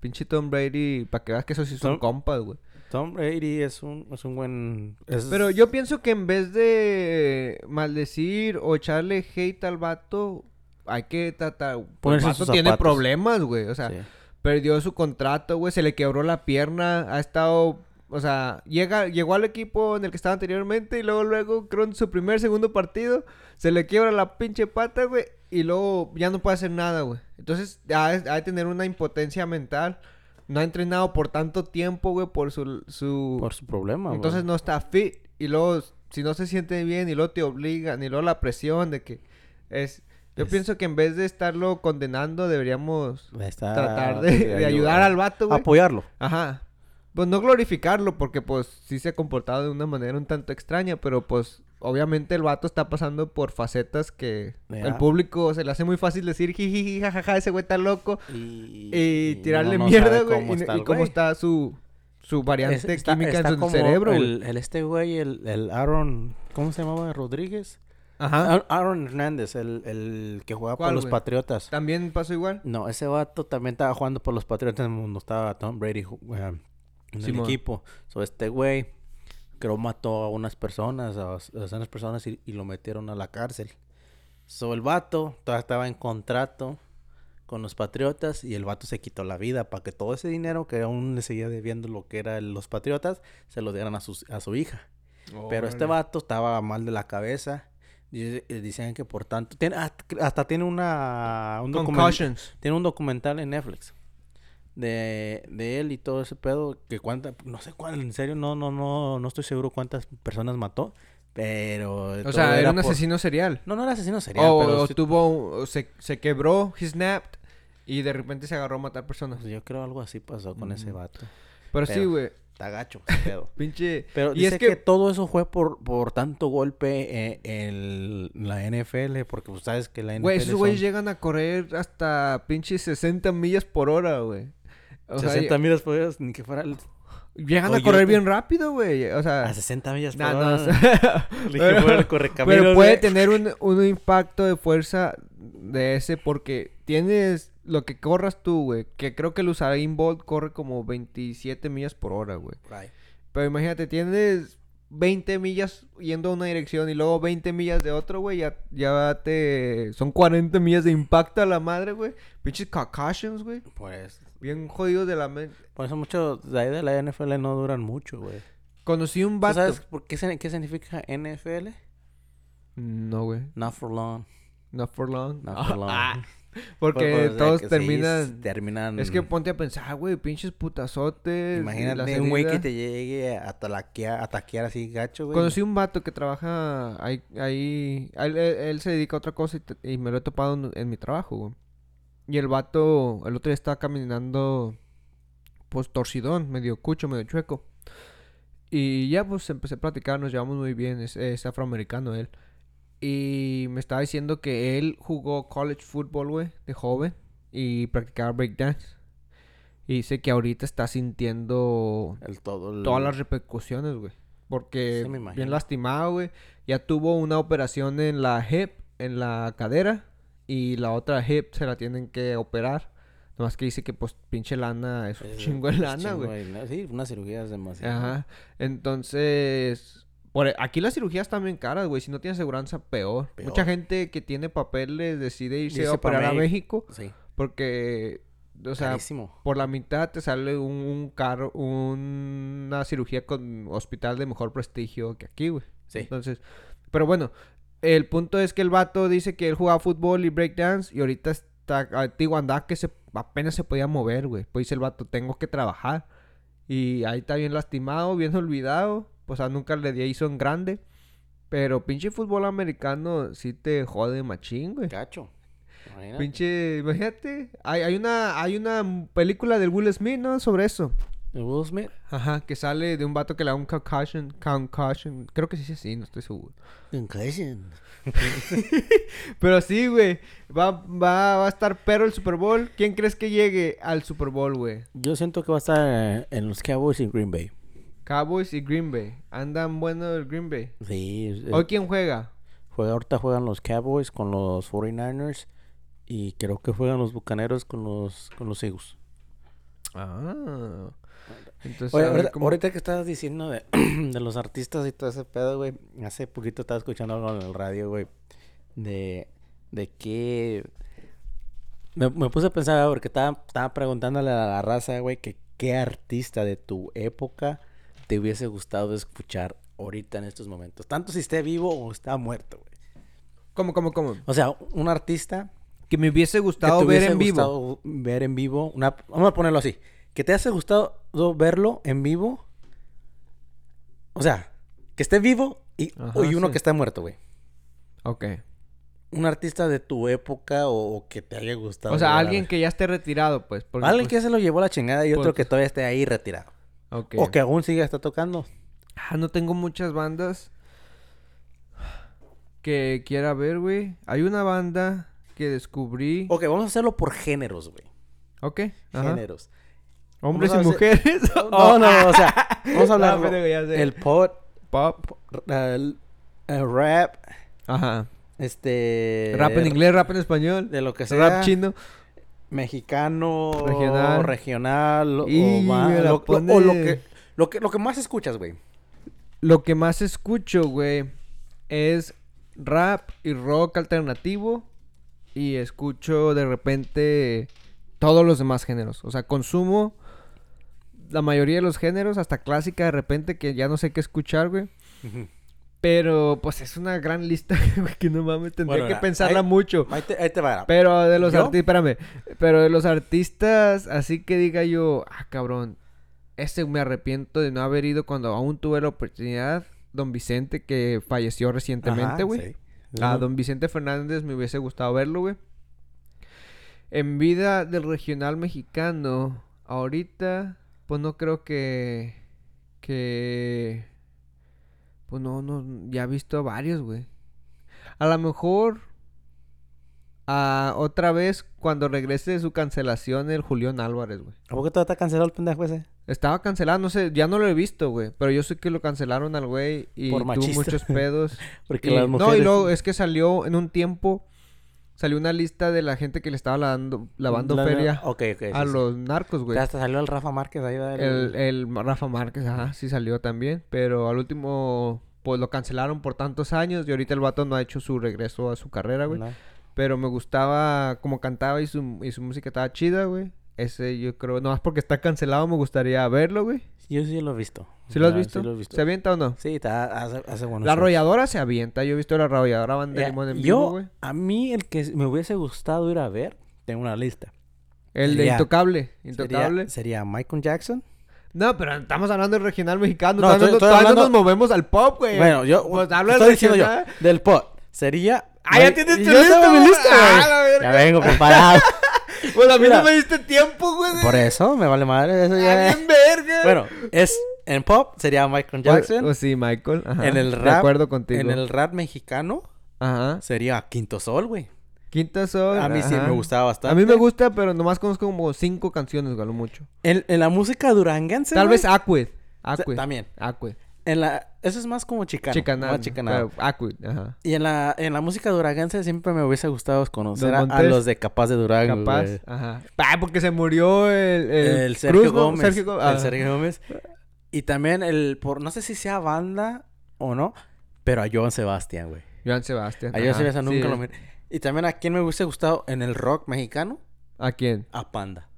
Speaker 2: Pinche Tom Brady, para que veas que esos sí son
Speaker 1: Tom-
Speaker 2: compas, güey.
Speaker 1: Tom Brady es un, es un buen... es-
Speaker 2: Pero yo pienso que en vez de maldecir o echarle hate al vato, hay que tratar. pues,
Speaker 1: Ponerse
Speaker 2: el
Speaker 1: en
Speaker 2: vato
Speaker 1: sus
Speaker 2: tiene
Speaker 1: zapatos.
Speaker 2: problemas, güey. O sea,
Speaker 1: Sí.
Speaker 2: perdió su contrato, güey, se le quebró la pierna, ha estado, o sea, llega, llegó al equipo en el que estaba anteriormente y luego, luego, creo en su primer, segundo partido, se le quiebra la pinche pata, güey, y luego ya no puede hacer nada, güey. Entonces, ha ha de tener una impotencia mental. No ha entrenado por tanto tiempo, güey, por su... su...
Speaker 1: Por su problema, güey.
Speaker 2: Entonces no está fit y luego si no se siente bien y luego te obligan y luego la presión de que es yo
Speaker 1: Es-
Speaker 2: pienso que en vez de estarlo condenando deberíamos
Speaker 1: Está-
Speaker 2: tratar de, de ayudar al vato, güey.
Speaker 1: Apoyarlo.
Speaker 2: Ajá. Pues no glorificarlo porque pues sí se ha comportado de una manera un tanto extraña, pero pues obviamente el vato está pasando por facetas que
Speaker 1: Ya.
Speaker 2: el público se le hace muy fácil decir jiji jajaja ese güey está loco
Speaker 1: Y,
Speaker 2: y,
Speaker 1: y
Speaker 2: tirarle
Speaker 1: uno no
Speaker 2: mierda,
Speaker 1: sabe
Speaker 2: güey,
Speaker 1: cómo
Speaker 2: y,
Speaker 1: está
Speaker 2: y
Speaker 1: el
Speaker 2: cómo
Speaker 1: güey.
Speaker 2: está su su
Speaker 1: Es-
Speaker 2: variante
Speaker 1: está-
Speaker 2: química
Speaker 1: está
Speaker 2: en su
Speaker 1: como
Speaker 2: cerebro, güey.
Speaker 1: el, el este güey, el, el Aaron... ¿Cómo se llamaba? ¿Rodríguez?
Speaker 2: Ajá.
Speaker 1: Ar- Aaron Hernández, el, el que jugaba por
Speaker 2: Ah. ¿Cuál,
Speaker 1: los
Speaker 2: güey?
Speaker 1: Patriotas.
Speaker 2: ¿También pasó igual?
Speaker 1: No, ese vato también estaba jugando por los Patriotas cuando estaba Tom Brady ju- eh, en el
Speaker 2: Simón.
Speaker 1: equipo. So, este güey creo mató a unas personas, a, a unas personas y, y lo metieron a la cárcel. So, el vato todavía estaba en contrato con los Patriotas y el vato se quitó la vida para que todo ese dinero que aún le seguía debiendo lo que eran los Patriotas se lo dieran a, sus- a su hija. Pero este
Speaker 2: va
Speaker 1: vato estaba mal de la cabeza. Dice- eh, Dicen que por tanto... tiene- hasta, hasta tiene una... Un documental
Speaker 2: Concussions.
Speaker 1: tiene un documental en Netflix de, de él y todo ese pedo que cuánta no sé cuál en serio no no no no estoy seguro cuántas personas mató pero
Speaker 2: O
Speaker 1: todo
Speaker 2: sea, era un
Speaker 1: por-
Speaker 2: asesino serial.
Speaker 1: no no era asesino serial
Speaker 2: O,
Speaker 1: pero
Speaker 2: o
Speaker 1: sí-
Speaker 2: tuvo, un- o se, se quebró, he snapped, y de repente se agarró a matar personas.
Speaker 1: pues, yo creo algo así pasó con
Speaker 2: Mm.
Speaker 1: ese vato
Speaker 2: Pero sí,
Speaker 1: Pero-
Speaker 2: güey,
Speaker 1: está gacho ese pedo
Speaker 2: pinche...
Speaker 1: pero
Speaker 2: y
Speaker 1: dice
Speaker 2: es
Speaker 1: que...
Speaker 2: que,
Speaker 1: todo eso fue por por tanto golpe eh, en la NFL porque pues, sabes que la NFL
Speaker 2: güey, esos güeyes
Speaker 1: son
Speaker 2: llegan a correr hasta pinche 60 millas por hora, güey. O sea,
Speaker 1: 60 millas por hora ni que fuera el-
Speaker 2: llegan a
Speaker 1: Coyote.
Speaker 2: correr bien rápido, güey. O sea...
Speaker 1: a 60 millas por
Speaker 2: nah, Ah. no,
Speaker 1: hora
Speaker 2: o
Speaker 1: ni
Speaker 2: sea,
Speaker 1: que
Speaker 2: pero-
Speaker 1: fuera el correcaminos,
Speaker 2: Pero puede
Speaker 1: güey.
Speaker 2: tener un, un impacto de fuerza de ese porque tienes lo que corras tú, güey. Que creo que el Usain Bolt corre como 27 millas por hora, güey.
Speaker 1: Right.
Speaker 2: Pero imagínate, tienes 20 millas yendo a una dirección y luego 20 millas de otro, güey. Ya, ya te... Son 40 millas de impacto a la madre, güey. Pinches concussions, güey.
Speaker 1: pues
Speaker 2: Bien jodidos de la mente.
Speaker 1: Por eso muchos de ahí de la NFL no duran mucho, güey.
Speaker 2: Conocí un
Speaker 1: ¿Tú
Speaker 2: vato.
Speaker 1: sabes por qué, se- qué significa NFL?
Speaker 2: No, güey.
Speaker 1: Not for long.
Speaker 2: Not for long.
Speaker 1: Not for long.
Speaker 2: Ah,
Speaker 1: Por-
Speaker 2: porque
Speaker 1: por- o sea,
Speaker 2: todos
Speaker 1: que sí,
Speaker 2: terminan...
Speaker 1: terminan...
Speaker 2: Es que pues, ponte a pensar, güey, pinches putazotes. las
Speaker 1: Imagínate un güey que
Speaker 2: heridas.
Speaker 1: te llegue a talaquea- a taquear así gacho, güey.
Speaker 2: Conocí un vato que trabaja ahí. ahí él, él- él se dedica a otra cosa y, te- y me lo he topado en, en mi trabajo, güey. Y el vato, el otro día estaba caminando, pues torcidón, medio cucho, medio chueco. Y ya pues empecé a platicar, nos llevamos muy bien, es, es afroamericano él. Y me estaba diciendo que él jugó college football, güey, de joven. Y practicaba breakdance. Y dice que ahorita está sintiendo
Speaker 1: El todo el...
Speaker 2: todas las repercusiones, güey. Porque
Speaker 1: Sí, me
Speaker 2: bien
Speaker 1: imagino.
Speaker 2: lastimado, güey. Ya tuvo una operación en la hip, en la cadera. Y la otra hip se la tienen que operar. Nomás que dice que, pues, pinche lana es un
Speaker 1: Es-
Speaker 2: chingo de
Speaker 1: es
Speaker 2: lana,
Speaker 1: chingo
Speaker 2: güey.
Speaker 1: de lana. Sí, una cirugía es demasiado.
Speaker 2: Ajá. Entonces... Por, e, aquí las cirugías están bien caras, güey. Si no tienes aseguranza, peor.
Speaker 1: Peor.
Speaker 2: Mucha gente que tiene papeles decide irse a
Speaker 1: Irse pa'
Speaker 2: operar a
Speaker 1: México.
Speaker 2: México
Speaker 1: Sí.
Speaker 2: porque, o sea,
Speaker 1: Carísimo.
Speaker 2: por la mitad te sale un, un carro, una cirugía con hospital de mejor prestigio que aquí, güey.
Speaker 1: Sí.
Speaker 2: Entonces, pero bueno, el punto es que el vato dice que él jugaba fútbol y breakdance y ahorita está activo andaba que se, apenas se podía mover, güey. Pues dice el vato, tengo que trabajar. Y ahí está bien lastimado, bien olvidado. O sea, nunca le di- hizo en grande. Pero pinche fútbol americano sí te jode machín, güey.
Speaker 1: Gacho. Imagínate.
Speaker 2: Pinche, imagínate, hay, hay una hay una m- película del Will Smith, ¿no? Sobre eso.
Speaker 1: El Will Smith.
Speaker 2: Ajá, que sale de un vato que le da un concussion, concussion, creo que sí es así, no estoy seguro.
Speaker 1: Concussion.
Speaker 2: Pero sí, güey, va, va, va a estar pero el Super Bowl. ¿Quién crees que llegue al Super Bowl, güey?
Speaker 1: Yo siento que va a estar en los Cowboys y Green Bay.
Speaker 2: Cowboys y Green Bay. Andan bueno el Green Bay.
Speaker 1: Sí. es-
Speaker 2: ¿Hoy quién juega?
Speaker 1: Juega, ahorita juegan los Cowboys con los 49ers Y creo que juegan los bucaneros con los, con los Eagles.
Speaker 2: Ah. Entonces,
Speaker 1: Oye,
Speaker 2: a ver
Speaker 1: ahorita,
Speaker 2: cómo-
Speaker 1: ahorita que estabas diciendo de, de los artistas y todo ese pedo, güey. Hace poquito estaba escuchando algo en el radio, güey. De, de que... Me, me puse a pensar, güey, porque estaba, estaba preguntándole a la raza, güey, que qué artista de tu época te hubiese gustado escuchar ahorita en estos momentos. Tanto si esté vivo o está muerto, güey.
Speaker 2: ¿Cómo, cómo, cómo?
Speaker 1: O sea, un artista
Speaker 2: Que me
Speaker 1: que
Speaker 2: hubiese
Speaker 1: te
Speaker 2: gustado ver
Speaker 1: hubiese
Speaker 2: en vivo.
Speaker 1: gustado ver en vivo. una- vamos a ponerlo así. Que te haya gustado verlo en vivo. O sea, que esté vivo y,
Speaker 2: Ajá,
Speaker 1: y uno
Speaker 2: sí.
Speaker 1: que está muerto, güey.
Speaker 2: Ok.
Speaker 1: Un artista de tu época o, o que te haya gustado.
Speaker 2: O sea,
Speaker 1: ver,
Speaker 2: alguien
Speaker 1: a-
Speaker 2: que ya esté retirado, pues. porque,
Speaker 1: Alguien
Speaker 2: pues,
Speaker 1: que se lo llevó a la chingada y otro
Speaker 2: pues-
Speaker 1: que todavía esté ahí retirado.
Speaker 2: ok.
Speaker 1: O que aún siga está tocando.
Speaker 2: Ah, no tengo muchas bandas que quiera ver, güey. Hay una banda que descubrí.
Speaker 1: Ok, vamos a hacerlo por géneros, güey.
Speaker 2: Ok. ajá.
Speaker 1: Géneros.
Speaker 2: Hombres y
Speaker 1: Vamos a
Speaker 2: mujeres.
Speaker 1: No,
Speaker 2: Oh,
Speaker 1: no, o sea, vamos a hablar
Speaker 2: No, pendejo, ya sé.
Speaker 1: el pot,
Speaker 2: Pop.
Speaker 1: el, el rap,
Speaker 2: Ajá.
Speaker 1: este...
Speaker 2: Rap en inglés, rap en español.
Speaker 1: De lo que sea.
Speaker 2: Rap chino.
Speaker 1: mexicano, regional,
Speaker 2: Regional.
Speaker 1: regional o-
Speaker 2: Y
Speaker 1: o, va-
Speaker 2: me la
Speaker 1: lo, lo-
Speaker 2: pone-
Speaker 1: o lo que lo que lo que más escuchas, güey.
Speaker 2: Lo que más escucho, güey, es rap y rock alternativo. Y escucho de repente todos los demás géneros. O sea, consumo la mayoría de los géneros, hasta clásica de repente, que ya no sé qué escuchar, güey. Pero pues es una gran lista, güey, que no mames, tendría
Speaker 1: Bueno,
Speaker 2: que
Speaker 1: mira,
Speaker 2: pensarla
Speaker 1: ahí-
Speaker 2: mucho.
Speaker 1: Ahí te, ahí te va.
Speaker 2: Pero de los
Speaker 1: ¿Yo?
Speaker 2: artistas, espérame, pero de los artistas, así que diga yo, ah, cabrón, este me arrepiento de no haber ido cuando aún tuve la oportunidad. Don Vicente, que falleció recientemente,
Speaker 1: Ajá,
Speaker 2: güey.
Speaker 1: sí.
Speaker 2: A don Vicente Fernández me hubiese gustado verlo, güey. En vida del regional mexicano, ahorita, pues no creo que. Que. Pues no, no, ya he visto varios, güey. A lo mejor. a otra vez, cuando regrese de su cancelación, el Julián Álvarez, güey.
Speaker 1: ¿A poco todavía está cancelado el pendejo ese?
Speaker 2: Estaba cancelado, no sé, ya no lo he visto, güey. Pero yo sé que lo cancelaron al güey y
Speaker 1: Por
Speaker 2: tuvo
Speaker 1: machista.
Speaker 2: muchos pedos.
Speaker 1: Porque
Speaker 2: Y-
Speaker 1: las mujeres
Speaker 2: No, y luego eh, es que salió en un tiempo, salió una lista de la gente que le estaba lavando, lavando
Speaker 1: la-
Speaker 2: feria
Speaker 1: Ok, ok. sí,
Speaker 2: a
Speaker 1: sí.
Speaker 2: los narcos, güey.
Speaker 1: Hasta salió el Rafa Márquez ahí del...
Speaker 2: El, el Rafa Márquez, ajá, sí salió también, pero al último, pues lo cancelaron por tantos años y ahorita el vato no ha hecho su regreso a su carrera, eh, güey.
Speaker 1: ¿no?
Speaker 2: Pero me gustaba como cantaba y su, y su música estaba chida, güey. Ese yo creo, nomás porque está cancelado me gustaría verlo, güey.
Speaker 1: Yo sí lo he visto.
Speaker 2: ¿Sí lo has
Speaker 1: Ya,
Speaker 2: visto?
Speaker 1: Sí lo he visto.
Speaker 2: ¿Se avienta o no?
Speaker 1: Sí, está, hace, hace buenos
Speaker 2: La
Speaker 1: shows.
Speaker 2: arrolladora se avienta, yo he visto la arrolladora Banda
Speaker 1: Ya,
Speaker 2: Limón en
Speaker 1: Yo,
Speaker 2: vivo, güey.
Speaker 1: a mí el que me hubiese gustado ir a ver, tengo una lista.
Speaker 2: El de
Speaker 1: Sería-
Speaker 2: Intocable.
Speaker 1: Sería-
Speaker 2: Intocable.
Speaker 1: sería Michael Jackson.
Speaker 2: No, pero estamos hablando del regional mexicano.
Speaker 1: No,
Speaker 2: todavía
Speaker 1: estoy-
Speaker 2: no-
Speaker 1: estoy
Speaker 2: todavía no
Speaker 1: hablando-
Speaker 2: nos movemos al pop, güey.
Speaker 1: Bueno, yo
Speaker 2: Pues
Speaker 1: te
Speaker 2: habla
Speaker 1: estoy
Speaker 2: del
Speaker 1: diciendo yo
Speaker 2: regional.
Speaker 1: del pot. Sería
Speaker 2: Ah, ya
Speaker 1: Mike-
Speaker 2: tienes tu
Speaker 1: yo
Speaker 2: lista,
Speaker 1: tengo mi
Speaker 2: güey.
Speaker 1: lista,
Speaker 2: Ah,
Speaker 1: güey.
Speaker 2: la verga.
Speaker 1: Ya vengo preparado.
Speaker 2: Pues a mí no
Speaker 1: Mira.
Speaker 2: me diste tiempo, güey.
Speaker 1: Por eso me vale madre eso ya.
Speaker 2: Ah, bien verga.
Speaker 1: Bueno, es en pop sería Michael Jackson.
Speaker 2: Pues sí, Michael. Ajá.
Speaker 1: en el rap,
Speaker 2: De acuerdo contigo.
Speaker 1: en el rap mexicano
Speaker 2: Ajá.
Speaker 1: sería Quinto Sol, güey.
Speaker 2: Quinta Sol.
Speaker 1: A mí sí
Speaker 2: ajá.
Speaker 1: me gustaba bastante.
Speaker 2: A mí me gusta, pero nomás conozco como cinco canciones, güey, a lo mucho.
Speaker 1: En, en la música duranguense,
Speaker 2: Tal
Speaker 1: güey,
Speaker 2: vez ah, Aquid. Aquid.
Speaker 1: también.
Speaker 2: Aquid.
Speaker 1: en la eso es más como chicano,
Speaker 2: Chicanal.
Speaker 1: más chicanado.
Speaker 2: pero Aquid, ajá.
Speaker 1: Y en la en la música duranguense siempre me hubiese gustado conocer
Speaker 2: Don
Speaker 1: a, a
Speaker 2: Montes.
Speaker 1: los de Capaz de Durango,
Speaker 2: Capaz.
Speaker 1: güey.
Speaker 2: Ajá. Ah, porque se murió el... El,
Speaker 1: el Sergio
Speaker 2: Cruz, ¿no?
Speaker 1: Gómez.
Speaker 2: Sergio ah. Gómez.
Speaker 1: El
Speaker 2: ajá.
Speaker 1: Sergio Gómez. Y también el, por, no sé si sea banda o no, pero a Joan Sebastián, güey.
Speaker 2: Joan Sebastián.
Speaker 1: A Joan
Speaker 2: ajá,
Speaker 1: Sebastián nunca
Speaker 2: sí.
Speaker 1: lo miré. Y también a quien me hubiese gustado en el rock mexicano,
Speaker 2: ¿A quién?
Speaker 1: a Panda.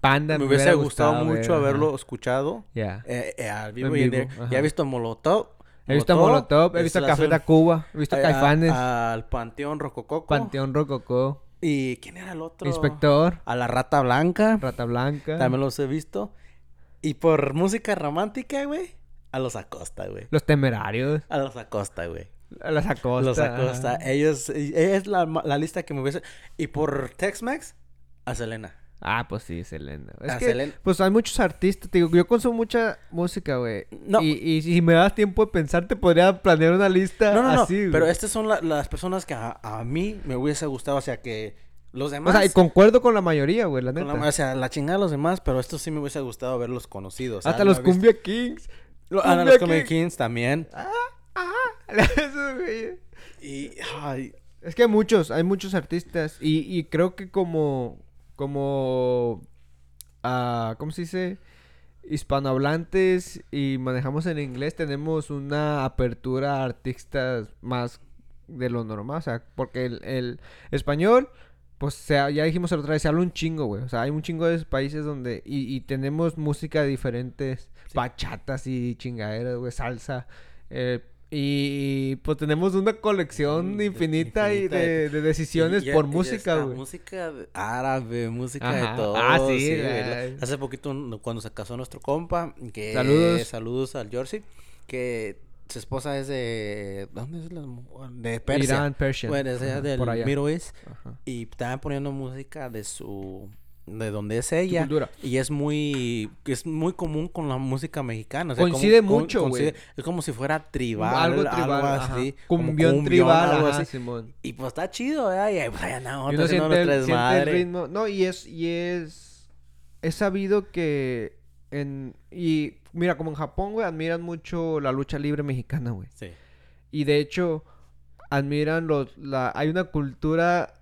Speaker 2: Panda.
Speaker 1: Me, hubiese gustado,
Speaker 2: ver,
Speaker 1: mucho
Speaker 2: ajá.
Speaker 1: haberlo escuchado
Speaker 2: Ya.
Speaker 1: eh, eh, al vivo.
Speaker 2: En
Speaker 1: y en
Speaker 2: vivo,
Speaker 1: directo.
Speaker 2: ajá.
Speaker 1: ya he visto a Molotov.
Speaker 2: He visto a Molotov, he
Speaker 1: es
Speaker 2: visto a
Speaker 1: la
Speaker 2: Café
Speaker 1: zona-
Speaker 2: Tacuba, he visto a
Speaker 1: a-
Speaker 2: Caifanes,
Speaker 1: Al Panteón Rocococo.
Speaker 2: Panteón Rococó,
Speaker 1: ¿Y quién era el otro?
Speaker 2: Inspector,
Speaker 1: A la Rata Blanca.
Speaker 2: Rata Blanca.
Speaker 1: También los he visto. Y por música romántica, güey, a los Acosta, güey.
Speaker 2: Los Temerarios,
Speaker 1: A los Acosta, güey.
Speaker 2: a los Acosta.
Speaker 1: Los Acosta.
Speaker 2: ajá.
Speaker 1: Ellos, y- es la, ma- la lista que me hubiese... Y por Tex-Mex, a Selena.
Speaker 2: Ah, pues sí, Selena. Es
Speaker 1: A
Speaker 2: que,
Speaker 1: Ah, Selena.
Speaker 2: pues hay muchos artistas, te digo, yo consumo mucha música, güey.
Speaker 1: No.
Speaker 2: Y, y si me das tiempo de pensar, te podría planear una lista
Speaker 1: No, no, no.
Speaker 2: Ah, así, güey.
Speaker 1: pero estas son la- las personas que a, a mí me hubiese gustado. O sea, que los
Speaker 2: O
Speaker 1: demás...
Speaker 2: sea, y concuerdo con la mayoría, güey, la
Speaker 1: con
Speaker 2: neta.
Speaker 1: la- o sea, la chingada de los demás, pero estos sí me hubiese gustado verlos conocidos. O sea,
Speaker 2: Hasta
Speaker 1: lo
Speaker 2: los
Speaker 1: he visto-
Speaker 2: Cumbia Kings. Ah.
Speaker 1: Lo- ah, a
Speaker 2: Cumbia
Speaker 1: los Cumbia
Speaker 2: Kings.
Speaker 1: Kings también.
Speaker 2: Esos, güey.
Speaker 1: Y, ay,
Speaker 2: Es que hay muchos, hay muchos artistas. Y, y creo que como. como. ah, ¿Cómo se dice? Hispanohablantes y manejamos en inglés, tenemos una apertura a artistas más de lo normal. O sea, porque el, el español. Pues se ha- ya dijimos la otra vez, se habla un chingo, güey. O sea, hay un chingo de países donde... Y, y tenemos música de diferentes. Bachatas y chingaderas, güey. Salsa. eh, y, y, pues tenemos una
Speaker 1: Mm,
Speaker 2: colección
Speaker 1: de-
Speaker 2: infinita, y
Speaker 1: infinita
Speaker 2: de,
Speaker 1: de-
Speaker 2: de decisiones
Speaker 1: Y ya-
Speaker 2: por
Speaker 1: y ya
Speaker 2: música,
Speaker 1: está,
Speaker 2: güey.
Speaker 1: Música de- árabe, música
Speaker 2: Ajá.
Speaker 1: de todo.
Speaker 2: Ah, sí,
Speaker 1: güey.
Speaker 2: la-
Speaker 1: Hace poquito, un- cuando se casó nuestro compa, que...
Speaker 2: Saludos.
Speaker 1: Saludos al Jersey, que su esposa es de... ¿Dónde es la mu- De Persia.
Speaker 2: Irán, Persia.
Speaker 1: Bueno, es
Speaker 2: Ajá,
Speaker 1: del
Speaker 2: por allá.
Speaker 1: Middle East.
Speaker 2: Ajá.
Speaker 1: Y estaban poniendo música de su... De donde es ella.
Speaker 2: cultura.
Speaker 1: Y es muy... Es muy común con la música mexicana. o sea, como-
Speaker 2: Coincide
Speaker 1: con-
Speaker 2: mucho, güey.
Speaker 1: coincide- Es como si fuera tribal.
Speaker 2: algo
Speaker 1: Algo
Speaker 2: tribal, ajá.
Speaker 1: así. como
Speaker 2: Cumbión tribal,
Speaker 1: algo
Speaker 2: ajá,
Speaker 1: así.
Speaker 2: Simón.
Speaker 1: Y pues está chido, ¿verdad? Y ahí, pues, ahí andamos
Speaker 2: Y uno
Speaker 1: haciendo
Speaker 2: siente, el,
Speaker 1: nuestras
Speaker 2: siente el
Speaker 1: madres.
Speaker 2: ritmo. No, y es, y es. Es sabido que en. Y mira, como en Japón, güey, admiran mucho la lucha libre mexicana, güey.
Speaker 1: Sí.
Speaker 2: Y de hecho, admiran los. La, hay una cultura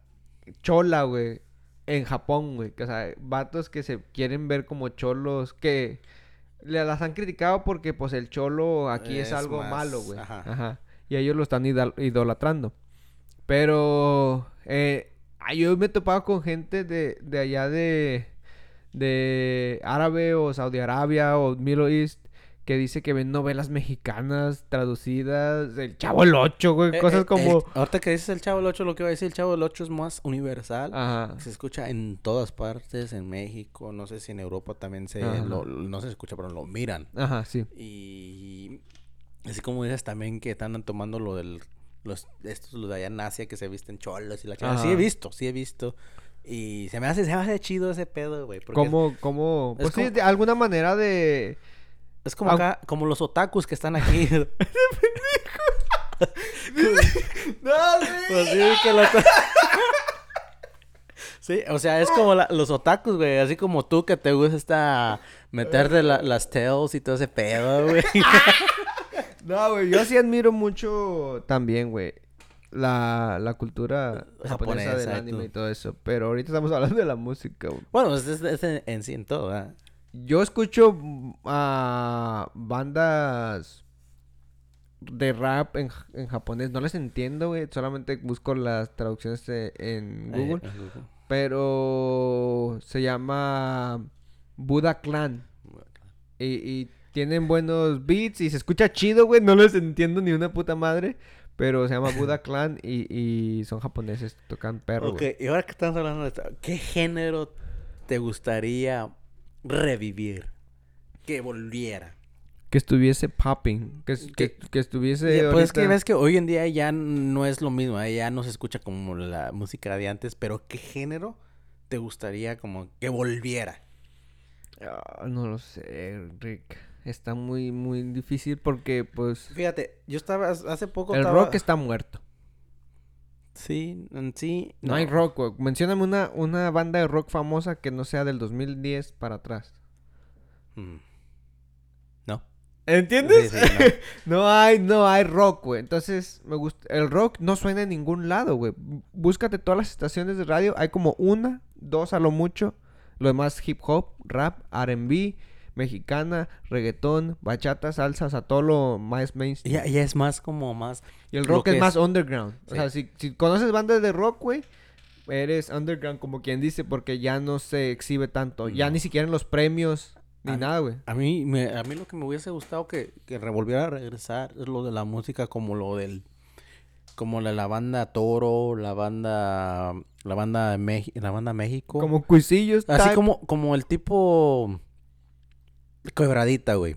Speaker 2: chola, güey. En Japón, güey. Que, o sea, vatos que se quieren ver como cholos. Que le, las han criticado porque, pues, el cholo aquí es,
Speaker 1: Es
Speaker 2: algo
Speaker 1: más-
Speaker 2: malo, güey. Ajá.
Speaker 1: ajá.
Speaker 2: Y ellos lo están idol- idolatrando. Pero. Eh, ah, yo me he topado con gente de, de allá de. De árabe o Saudi Arabia o Middle East que dice que ven novelas mexicanas traducidas, el Chavo el Ocho, güey,
Speaker 1: Eh,
Speaker 2: cosas
Speaker 1: eh,
Speaker 2: como...
Speaker 1: el- ahorita que dices el Chavo del 8, lo que iba a decir el Chavo del 8 es más universal.
Speaker 2: Ajá.
Speaker 1: Se escucha en todas partes, en México, no sé si en Europa también se...
Speaker 2: Ajá.
Speaker 1: lo- no se escucha, pero lo miran.
Speaker 2: Ajá, sí.
Speaker 1: Y así como dices también que están tomando lo del... Los, estos los de allá en Asia que se visten cholos y la chingada. Sí
Speaker 2: Ajá.
Speaker 1: he visto, sí he visto. Y se me hace, se me hace chido ese pedo, güey. porque es-
Speaker 2: Como, como...
Speaker 1: es
Speaker 2: Pues sí,
Speaker 1: como-
Speaker 2: de alguna manera de...
Speaker 1: Es como
Speaker 2: Au-
Speaker 1: acá, como los otakus que están aquí.
Speaker 2: ¡No,
Speaker 1: Pues sí, que los- Sí, o sea, es como la- los otakus, güey. Así como tú que te gusta esta- meterte la- las tails y todo ese pedo, güey.
Speaker 2: No, güey, yo sí admiro mucho también, güey, la, la cultura japonesa,
Speaker 1: Japonesa,
Speaker 2: del
Speaker 1: exacto.
Speaker 2: anime y todo eso. Pero ahorita estamos hablando de la música, güey.
Speaker 1: bueno, pues, es, es- es en, en sí en todo, ¿verdad?
Speaker 2: Yo escucho mm, a bandas de rap en, j- en japonés. No les entiendo, güey. Solamente busco las traducciones de- en
Speaker 1: Eh,
Speaker 2: Google.
Speaker 1: en Google.
Speaker 2: Pero se llama Buda Clan. Y, y tienen buenos beats y se escucha chido, güey. No les entiendo ni una puta madre. Pero se llama Buda Clan y, y son japoneses. Tocan perro,
Speaker 1: Ok,
Speaker 2: güey.
Speaker 1: y ahora que estamos hablando de esto, ¿qué género te gustaría revivir? Que volviera.
Speaker 2: Que estuviese popping. Que, es- que, que estuviese
Speaker 1: Ya, pues es que
Speaker 2: ahorita-
Speaker 1: ves que hoy en día ya no es lo mismo, ¿eh? ya no se escucha como la música de antes, pero ¿qué género te gustaría como que volviera?
Speaker 2: Ah, no lo sé, Rick. Está muy, muy difícil porque, pues,
Speaker 1: Fíjate, yo estaba hace poco...
Speaker 2: el
Speaker 1: estaba-
Speaker 2: rock está muerto.
Speaker 1: Sí, en sí...
Speaker 2: No, hay rock, güey. Mencióname una, una banda de rock famosa que no sea del 2010 para atrás.
Speaker 1: Mm. No.
Speaker 2: ¿Entiendes?
Speaker 1: Sí, sí,
Speaker 2: no. hay, no hay rock, güey. Entonces, me gusta. El rock no suena en ningún lado, güey. Búscate todas las estaciones de radio. Hay como una, dos a lo mucho. Lo demás hip hop, rap, RB, mexicana, reggaetón, bachata, salsa, a todo lo más mainstream.
Speaker 1: Ya, ya es más como más...
Speaker 2: Y el
Speaker 1: lo
Speaker 2: rock es,
Speaker 1: que
Speaker 2: más
Speaker 1: es.
Speaker 2: underground. O
Speaker 1: Sí.
Speaker 2: sea, si, si conoces bandas de rock, güey, eres underground, como quien dice, porque ya no se exhibe tanto. Ya
Speaker 1: No. Ah,
Speaker 2: ni siquiera en los premios, ni
Speaker 1: A mí-
Speaker 2: nada, güey.
Speaker 1: A mí, me, a mí lo que me hubiese gustado que, que revolviera a regresar es lo de la música como lo del... Como la, la banda Toro, la banda... La banda, de Meji- la banda México.
Speaker 2: Como cuisillos,
Speaker 1: Así
Speaker 2: type.
Speaker 1: como, como el tipo quebradita, güey.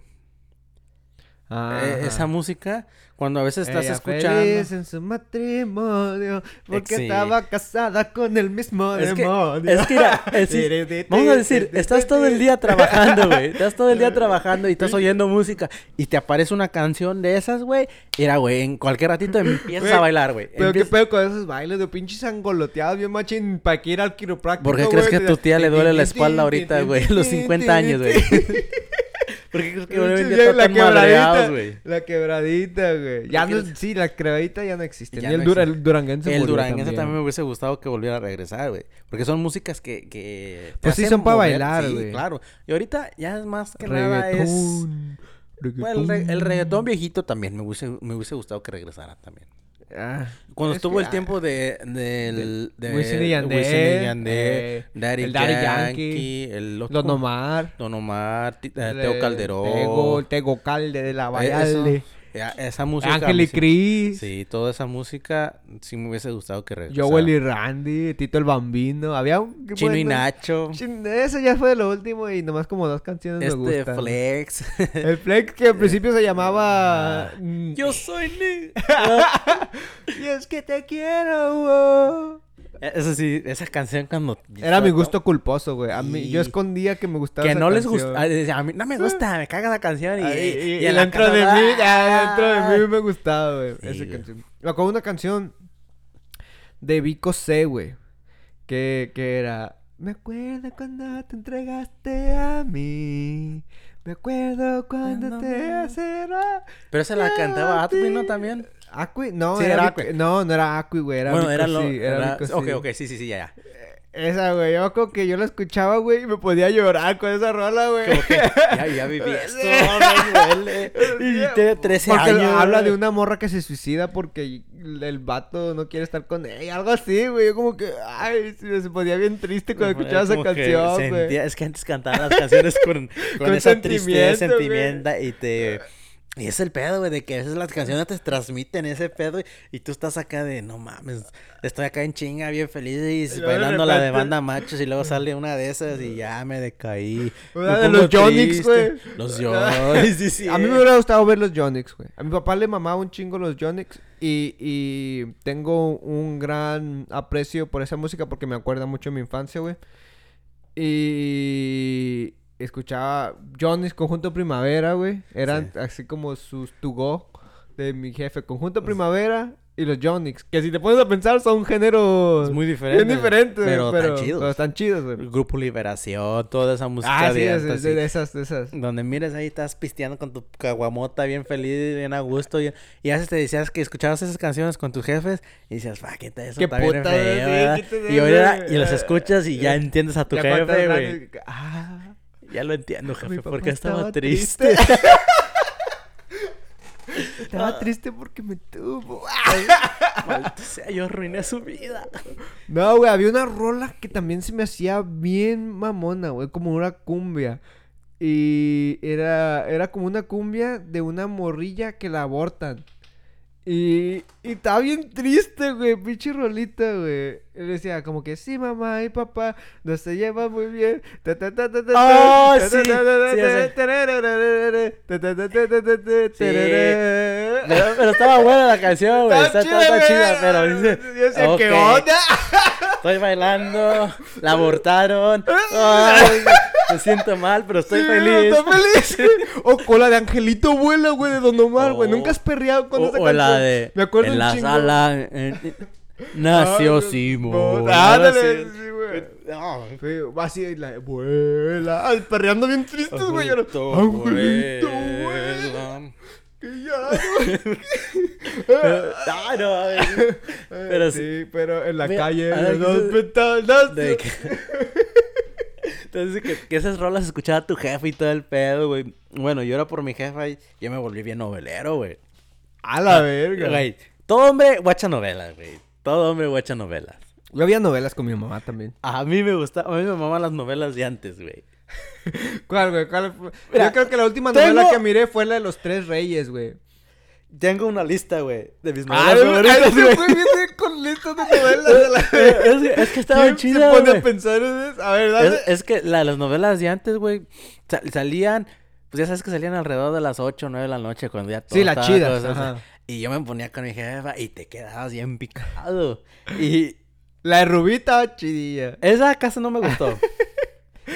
Speaker 2: Ajá.
Speaker 1: Eh, esa música, cuando a veces estás
Speaker 2: Ella
Speaker 1: escuchando.
Speaker 2: feliz en su matrimonio porque
Speaker 1: Sí.
Speaker 2: estaba casada con el mismo
Speaker 1: Es que-
Speaker 2: demonio.
Speaker 1: es que mira, es- Vamos a decir, estás todo el día trabajando, güey. Estás todo el día trabajando y estás oyendo música y te aparece una canción de esas, güey. Era, güey, en cualquier ratito empiezas
Speaker 2: Güey,
Speaker 1: a bailar, güey.
Speaker 2: Pero qué
Speaker 1: Empiezas-
Speaker 2: pedo con esos bailes de pinches angoloteados bien machín para que ir al quiropráctico.
Speaker 1: ¿Por qué
Speaker 2: güey?
Speaker 1: crees que a tu tía le duele la
Speaker 2: Tin, tin,
Speaker 1: espalda
Speaker 2: tin,
Speaker 1: ahorita,
Speaker 2: tin,
Speaker 1: güey?
Speaker 2: tin,
Speaker 1: Los
Speaker 2: tin,
Speaker 1: 50 años,
Speaker 2: tin,
Speaker 1: güey.
Speaker 2: tin.
Speaker 1: ¿Por qué crees que hoy en día
Speaker 2: La
Speaker 1: están tan madreados,
Speaker 2: quebradita,
Speaker 1: güey?
Speaker 2: la quebradita, güey. Ya no, sí, la quebradita ya no existe.
Speaker 1: Ya
Speaker 2: Ni el,
Speaker 1: no
Speaker 2: dura-
Speaker 1: existe.
Speaker 2: el duranguense
Speaker 1: El
Speaker 2: murió
Speaker 1: duranguense también. me hubiese gustado que volviera a regresar, güey. Porque son músicas que... que te
Speaker 2: Pues sí
Speaker 1: hacen
Speaker 2: son pa'
Speaker 1: mover,
Speaker 2: bailar,
Speaker 1: sí,
Speaker 2: güey.
Speaker 1: claro. Y ahorita ya es más que nada es...
Speaker 2: Reggaetón.
Speaker 1: Bueno, el, re- el reggaetón viejito también me hubiese, me hubiese gustado que regresara también.
Speaker 2: Ah,
Speaker 1: Cuando
Speaker 2: es
Speaker 1: estuvo
Speaker 2: que,
Speaker 1: el
Speaker 2: ah,
Speaker 1: tiempo de, del, de,
Speaker 2: Wisin y Yandel,
Speaker 1: Wisin y Yandel,
Speaker 2: eh,
Speaker 1: Daddy
Speaker 2: el Daddy
Speaker 1: Yankee,
Speaker 2: Yankee,
Speaker 1: el otro,
Speaker 2: Los Nomar.
Speaker 1: Don Omar, Ti- eh,
Speaker 2: el,
Speaker 1: Teo
Speaker 2: eh,
Speaker 1: Calderón,
Speaker 2: Tego, Tego Calde de la
Speaker 1: eh, eso,
Speaker 2: Valle.
Speaker 1: ya, esa música.
Speaker 2: Ángel
Speaker 1: me
Speaker 2: y
Speaker 1: sí-
Speaker 2: Cris.
Speaker 1: Sí, toda esa música sí me hubiese gustado que regresara.
Speaker 2: Joel y Randy. Tito el Bambino. Había un...
Speaker 1: Chino y
Speaker 2: bueno,
Speaker 1: Nacho,
Speaker 2: Chin- Eso ya fue lo último y nomás como dos canciones me
Speaker 1: este
Speaker 2: gustan.
Speaker 1: Flex.
Speaker 2: El Flex que al principio se llamaba... mm,
Speaker 1: ah, Yo soy ni...
Speaker 2: Y es que te quiero, wow.
Speaker 1: Eso sí, esa canción cuando...
Speaker 2: Era mi gusto culposo, güey. A mí, yo
Speaker 1: Sí.
Speaker 2: escondía que me gustaba
Speaker 1: Que
Speaker 2: esa
Speaker 1: no les
Speaker 2: canción.
Speaker 1: gusta. A mí no me gusta, me caga la canción. Y,
Speaker 2: Ay, y,
Speaker 1: y
Speaker 2: y
Speaker 1: en la
Speaker 2: dentro
Speaker 1: casa,
Speaker 2: de mí,
Speaker 1: ¡ah!
Speaker 2: ah, dentro de mí me gustaba, güey.
Speaker 1: Sí,
Speaker 2: esa
Speaker 1: güey.
Speaker 2: canción. Me acuerdo de una canción de Vico C, güey. Que, que era... Me acuerdo cuando te entregaste a mí. Me acuerdo cuando
Speaker 1: Cuando
Speaker 2: te
Speaker 1: me-
Speaker 2: hacerá...
Speaker 1: Pero esa la cantaba Atwin, ¿no? También.
Speaker 2: Acui, no,
Speaker 1: Sí,
Speaker 2: era
Speaker 1: era
Speaker 2: Vico-
Speaker 1: Acui.
Speaker 2: no, no era Acui, güey, era
Speaker 1: bueno,
Speaker 2: Vico
Speaker 1: era lo.
Speaker 2: C, era
Speaker 1: era-
Speaker 2: Vico
Speaker 1: ok,
Speaker 2: C.
Speaker 1: ok, sí, sí, sí, ya, ya.
Speaker 2: Esa, güey, yo como que yo la escuchaba, güey, y me podía llorar con esa rola, güey.
Speaker 1: Como que ya, ya viví esto, me duele. Y tiene 13
Speaker 2: Porque
Speaker 1: años.
Speaker 2: habla de una morra que se suicida porque el vato no quiere estar con ella, algo así, güey. Yo como que, ay, sí, me ponía bien triste cuando escuchaba esa
Speaker 1: Como que
Speaker 2: canción, güey.
Speaker 1: sentía- Es que antes cantaban las canciones con, con,
Speaker 2: Con
Speaker 1: esa tristeza,
Speaker 2: sentimiento, güey.
Speaker 1: sentimiento y te. Y es el pedo, güey, de que a veces las canciones te transmiten ese pedo y, y tú estás acá de, no mames, estoy acá en chinga, bien feliz y,
Speaker 2: Y luego de
Speaker 1: bailando la de
Speaker 2: repente-
Speaker 1: banda machos y luego sale una de esas y ya me decaí.
Speaker 2: Una
Speaker 1: me
Speaker 2: de los
Speaker 1: pongo
Speaker 2: Jonix, güey.
Speaker 1: triste. Los Jonix, sí, sí.
Speaker 2: A mí me
Speaker 1: eh.
Speaker 2: hubiera gustado ver los Jonix, güey. A mi papá le mamaba un chingo los Jonix y, y tengo un gran aprecio por esa música porque me acuerda mucho de mi infancia, güey. Y escuchaba Jonix Conjunto Primavera, güey. Eran así como sus to go de mi jefe. Conjunto Primavera y los Jonix. Que si te pones a pensar son géneros...
Speaker 1: Es muy diferente.
Speaker 2: Bien diferentes, güey,
Speaker 1: pero,
Speaker 2: pero,
Speaker 1: tan chidos.
Speaker 2: pero están chidos, güey.
Speaker 1: El grupo Liberación, toda esa música
Speaker 2: Ah, sí,
Speaker 1: de
Speaker 2: es-
Speaker 1: antes,
Speaker 2: es
Speaker 1: sí.
Speaker 2: de, de esas, de esas.
Speaker 1: Donde mires ahí, estás pisteando con tu caguamota bien feliz, bien a gusto. Y, y a veces te decías que escuchabas esas canciones con tus jefes y decías, fa, qué eso,
Speaker 2: Qué
Speaker 1: está bien
Speaker 2: puta,
Speaker 1: feo,
Speaker 2: sí,
Speaker 1: ¿verdad?"
Speaker 2: qué te
Speaker 1: Y ahora,
Speaker 2: duele,
Speaker 1: y las
Speaker 2: eh,
Speaker 1: escuchas y ya
Speaker 2: eh,
Speaker 1: entiendes a tu
Speaker 2: Ya cuando
Speaker 1: jefe,
Speaker 2: hablan,
Speaker 1: güey.
Speaker 2: Ah.
Speaker 1: Ya lo entiendo,
Speaker 2: Mi
Speaker 1: jefe,
Speaker 2: papá
Speaker 1: porque estaba
Speaker 2: estaba
Speaker 1: triste.
Speaker 2: Estaba triste porque me tuvo.
Speaker 1: Maldito sea, yo arruiné su vida.
Speaker 2: No, güey, había una rola que también se me hacía bien mamona, güey, como una cumbia. Y era, era como una cumbia de una morrilla que la abortan. Y, y estaba bien triste, güey, pinche rolita, güey. Él decía como que sí, mamá y papá, no se llevan muy bien. Ta, ta, ta, ta, ta,
Speaker 1: Ah,
Speaker 2: ta,
Speaker 1: sí,
Speaker 2: ta, ta, ta,
Speaker 1: sí, ya sé.
Speaker 2: tararararara, ta, ta, ta, ta, ta, ta, ta,
Speaker 1: Sí.
Speaker 2: tarara.
Speaker 1: Pero, pero estaba buena la canción, güey. Está, está- está chida, pero
Speaker 2: güey.
Speaker 1: dice.
Speaker 2: Yo decía, ¿qué
Speaker 1: "Ok,
Speaker 2: onda?
Speaker 1: Estoy bailando, la abortaron. ay, me siento mal, pero estoy
Speaker 2: Sí,
Speaker 1: feliz.
Speaker 2: Estoy feliz. o cola de Angelito Vuela, güey, de Don Omar, güey.
Speaker 1: Oh.
Speaker 2: Nunca has perreado con
Speaker 1: o,
Speaker 2: esa
Speaker 1: o
Speaker 2: canción.
Speaker 1: la de
Speaker 2: Me acuerdo
Speaker 1: en
Speaker 2: un
Speaker 1: la
Speaker 2: chingo.
Speaker 1: sala eh, eh, nació
Speaker 2: Ay,
Speaker 1: Simón Ah,
Speaker 2: Ándale,
Speaker 1: Nació-
Speaker 2: sí, güey.
Speaker 1: No,
Speaker 2: Feo, Va así y la vuela. Ay, perreando bien tristes, güey. Yo era,
Speaker 1: Angelito,
Speaker 2: Angelito, vuela.
Speaker 1: vuela.
Speaker 2: Que ya.
Speaker 1: Ah, no, a ver. Pero
Speaker 2: Pero Eh, sí, pero en la
Speaker 1: Ve-
Speaker 2: calle,
Speaker 1: a ver,
Speaker 2: en
Speaker 1: ¿qué
Speaker 2: los
Speaker 1: se-
Speaker 2: ventanas.
Speaker 1: de que- Entonces, que, que esas rolas escuchaba tu jefe y todo el pedo, güey. Bueno, yo era por mi jefa y yo me volví bien novelero, güey.
Speaker 2: A la verga.
Speaker 1: Ah, Güey, todo hombre guacha novelas, güey. Todo hombre guacha novelas.
Speaker 2: Yo había novelas con mi mamá también.
Speaker 1: A mí me gustaba, a mí me mamaban las novelas de antes, güey.
Speaker 2: ¿Cuál, güey? ¿Cuál fue?
Speaker 1: Mira,
Speaker 2: Yo creo que la última
Speaker 1: tengo-
Speaker 2: novela que miré fue la de los tres reyes, güey.
Speaker 1: Tengo una lista, güey, de mis
Speaker 2: Ah,
Speaker 1: novelas favoritas,
Speaker 2: ese
Speaker 1: güey.
Speaker 2: güey viene con listas de novelas de la-
Speaker 1: es, es que estaban
Speaker 2: ¿Quién
Speaker 1: chidas,
Speaker 2: se pone
Speaker 1: güey.
Speaker 2: a pensar en eso? A ver, dale.
Speaker 1: Es, es que la- las novelas de antes, güey, sal- salían... Pues ya sabes que salían alrededor de las 8 o 9 de la noche cuando ya todo
Speaker 2: Sí, las
Speaker 1: estaba-
Speaker 2: chidas,
Speaker 1: todo-
Speaker 2: ajá.
Speaker 1: Y yo me ponía con mi jefa y te quedabas bien picado. Y
Speaker 2: La de Rubí estaba chidilla.
Speaker 1: esa casa no me gustó.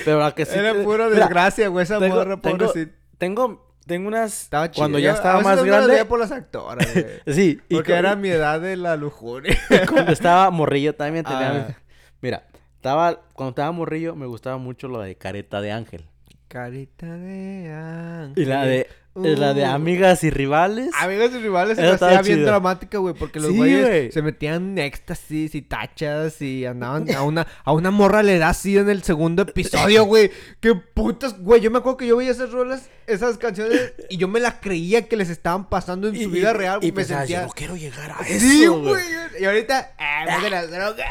Speaker 1: Pero la que sí...
Speaker 2: Era pura
Speaker 1: Mira,
Speaker 2: desgracia, güey, esa
Speaker 1: tengo-
Speaker 2: morra,
Speaker 1: tengo-
Speaker 2: pobrecita.
Speaker 1: Tengo, tengo unas...
Speaker 2: Estaba chida.
Speaker 1: Cuando ya
Speaker 2: Yo-
Speaker 1: estaba
Speaker 2: a veces
Speaker 1: más
Speaker 2: no me la
Speaker 1: grande-
Speaker 2: leía por las actoras, güey.
Speaker 1: Sí. y
Speaker 2: Porque
Speaker 1: con-
Speaker 2: era mi edad de la lujuria.
Speaker 1: cuando estaba morrillo también tenía...
Speaker 2: Ah.
Speaker 1: Mira, estaba... Cuando estaba morrillo me gustaba mucho lo de Careta de Ángel.
Speaker 2: Carita de ángel.
Speaker 1: Y la de, eh, la de
Speaker 2: Uh.
Speaker 1: amigas y rivales.
Speaker 2: Amigos y rivales se
Speaker 1: Eso
Speaker 2: me
Speaker 1: estaba
Speaker 2: hacía bien
Speaker 1: chido.
Speaker 2: dramática, güey, porque los
Speaker 1: Sí,
Speaker 2: güeyes
Speaker 1: güey.
Speaker 2: se metían en éxtasis y tachas y andaban a una, a una morra le da así en el segundo episodio, güey. Qué putas, güey. Yo me acuerdo que yo veía esas rolas, esas canciones, y yo me las creía que les estaban pasando en
Speaker 1: y,
Speaker 2: su vida real.
Speaker 1: Y,
Speaker 2: me
Speaker 1: pensabas,
Speaker 2: sentía.
Speaker 1: yo no quiero llegar a
Speaker 2: Sí,
Speaker 1: eso,
Speaker 2: güey. Y ahorita, ah, me la droga.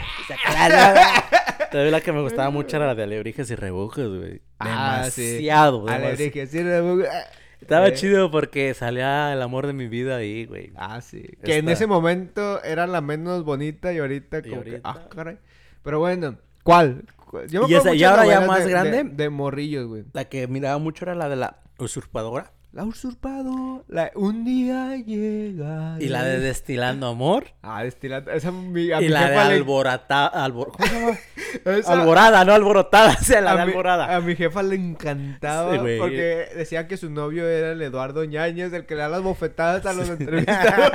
Speaker 1: También la que me gustaba mucho era la de Alebrijes y Rebujes, güey.
Speaker 2: Ah, sí.
Speaker 1: demasiado,
Speaker 2: A la
Speaker 1: demasiado.
Speaker 2: oreja, sí, la boca, ah.
Speaker 1: Estaba
Speaker 2: Eh,
Speaker 1: chido porque salía el amor de mi vida ahí, güey.
Speaker 2: Ah, sí. Que en
Speaker 1: Esta-
Speaker 2: ese momento era la menos bonita y ahorita como que,
Speaker 1: ahorita-
Speaker 2: ah, caray. Pero bueno, ¿cuál? ¿Cuál? Yo me
Speaker 1: Y
Speaker 2: acuerdo
Speaker 1: esa-
Speaker 2: mucho
Speaker 1: y
Speaker 2: de
Speaker 1: ahora ya
Speaker 2: novelas
Speaker 1: más
Speaker 2: de-
Speaker 1: grande.
Speaker 2: De, de morrillos, güey.
Speaker 1: La que miraba mucho era la de la usurpadora.
Speaker 2: La usurpado, la un día llega.
Speaker 1: Y la de Destilando Amor.
Speaker 2: Ah, destilando. Esa mi, a
Speaker 1: y
Speaker 2: mi
Speaker 1: la de
Speaker 2: jefa le-
Speaker 1: Alborata... albor- ¿Cómo se llama?
Speaker 2: esa-
Speaker 1: Alborada, no alborotada. O sea, la
Speaker 2: a
Speaker 1: de
Speaker 2: mi-
Speaker 1: alborada.
Speaker 2: A mi jefa le encantaba
Speaker 1: Sí, güey.
Speaker 2: porque decía que su novio era el Eduardo Ñañez, el que le da las bofetadas a los entrevistados.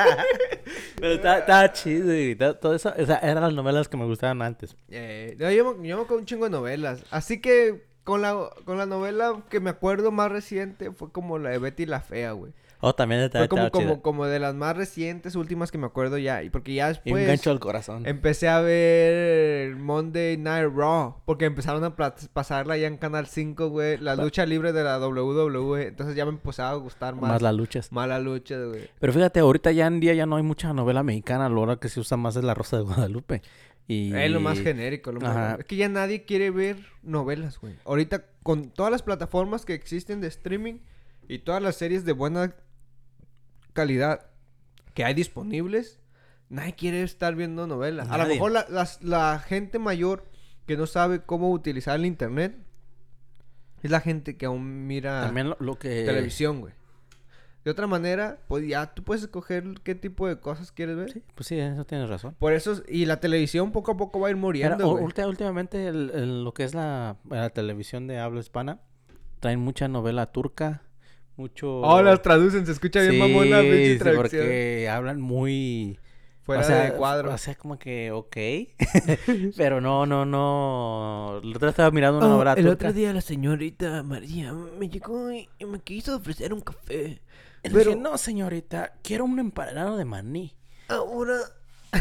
Speaker 1: Pero estaba- estaba chido, güey. Ta- Todo eso, o sea, eran las novelas que me gustaban antes.
Speaker 2: Eh, no, yo, me- yo me acuerdo un chingo de novelas. Así que con la, con la novela que me acuerdo más reciente fue como la de Betty la Fea, güey.
Speaker 1: Oh, también estaba,
Speaker 2: Fue como,
Speaker 1: estaba chida.
Speaker 2: como, como de las más recientes, últimas que me acuerdo ya. Y porque ya
Speaker 1: Y un
Speaker 2: después
Speaker 1: gancho al corazón.
Speaker 2: empecé a ver Monday Night Raw. Porque empezaron a pla- pasarla ya en Canal 5, güey. La lucha libre de la WWE. Entonces ya me empezaba a gustar más.
Speaker 1: Más las luchas.
Speaker 2: Mala lucha, güey.
Speaker 1: Pero fíjate, ahorita ya en día ya no hay mucha novela mexicana. Lo ahora que se usa más es La Rosa de Guadalupe. Y...
Speaker 2: Es lo más genérico, lo más
Speaker 1: Ajá.
Speaker 2: Es que ya nadie quiere ver novelas, güey. Ahorita con todas las plataformas que existen de streaming y todas las series de buena calidad que hay disponibles, nadie quiere estar viendo novelas. A lo
Speaker 1: Nadie.
Speaker 2: mejor la, las- la gente mayor que no sabe cómo utilizar el internet es la gente que aún mira
Speaker 1: También eh, lo, lo que...
Speaker 2: televisión, güey. De otra manera, pues ya tú puedes escoger qué tipo de cosas quieres ver.
Speaker 1: Sí, pues sí, eso tienes razón.
Speaker 2: Por eso, y la televisión poco a poco va a ir
Speaker 1: Era-
Speaker 2: muriendo,
Speaker 1: u-
Speaker 2: güey.
Speaker 1: ulti- últimamente el- el- lo que es la, la televisión de habla hispana traen mucha novela turca, mucho...
Speaker 2: Oh, las traducen, se escucha bien
Speaker 1: Sí,
Speaker 2: mamón la pinche
Speaker 1: sí,
Speaker 2: traducción.
Speaker 1: porque hablan muy...
Speaker 2: Fuera
Speaker 1: o sea,
Speaker 2: de cuadro.
Speaker 1: O sea, como que, ok. Pero no, no, no. El otro día estaba mirando una
Speaker 3: Oh,
Speaker 1: novela
Speaker 3: el
Speaker 1: turca.
Speaker 3: otro día la señorita María me llegó y y me quiso ofrecer un café.
Speaker 1: Y le
Speaker 3: Pero
Speaker 1: dije, no, señorita, quiero un empanado de maní.
Speaker 3: ahora
Speaker 2: O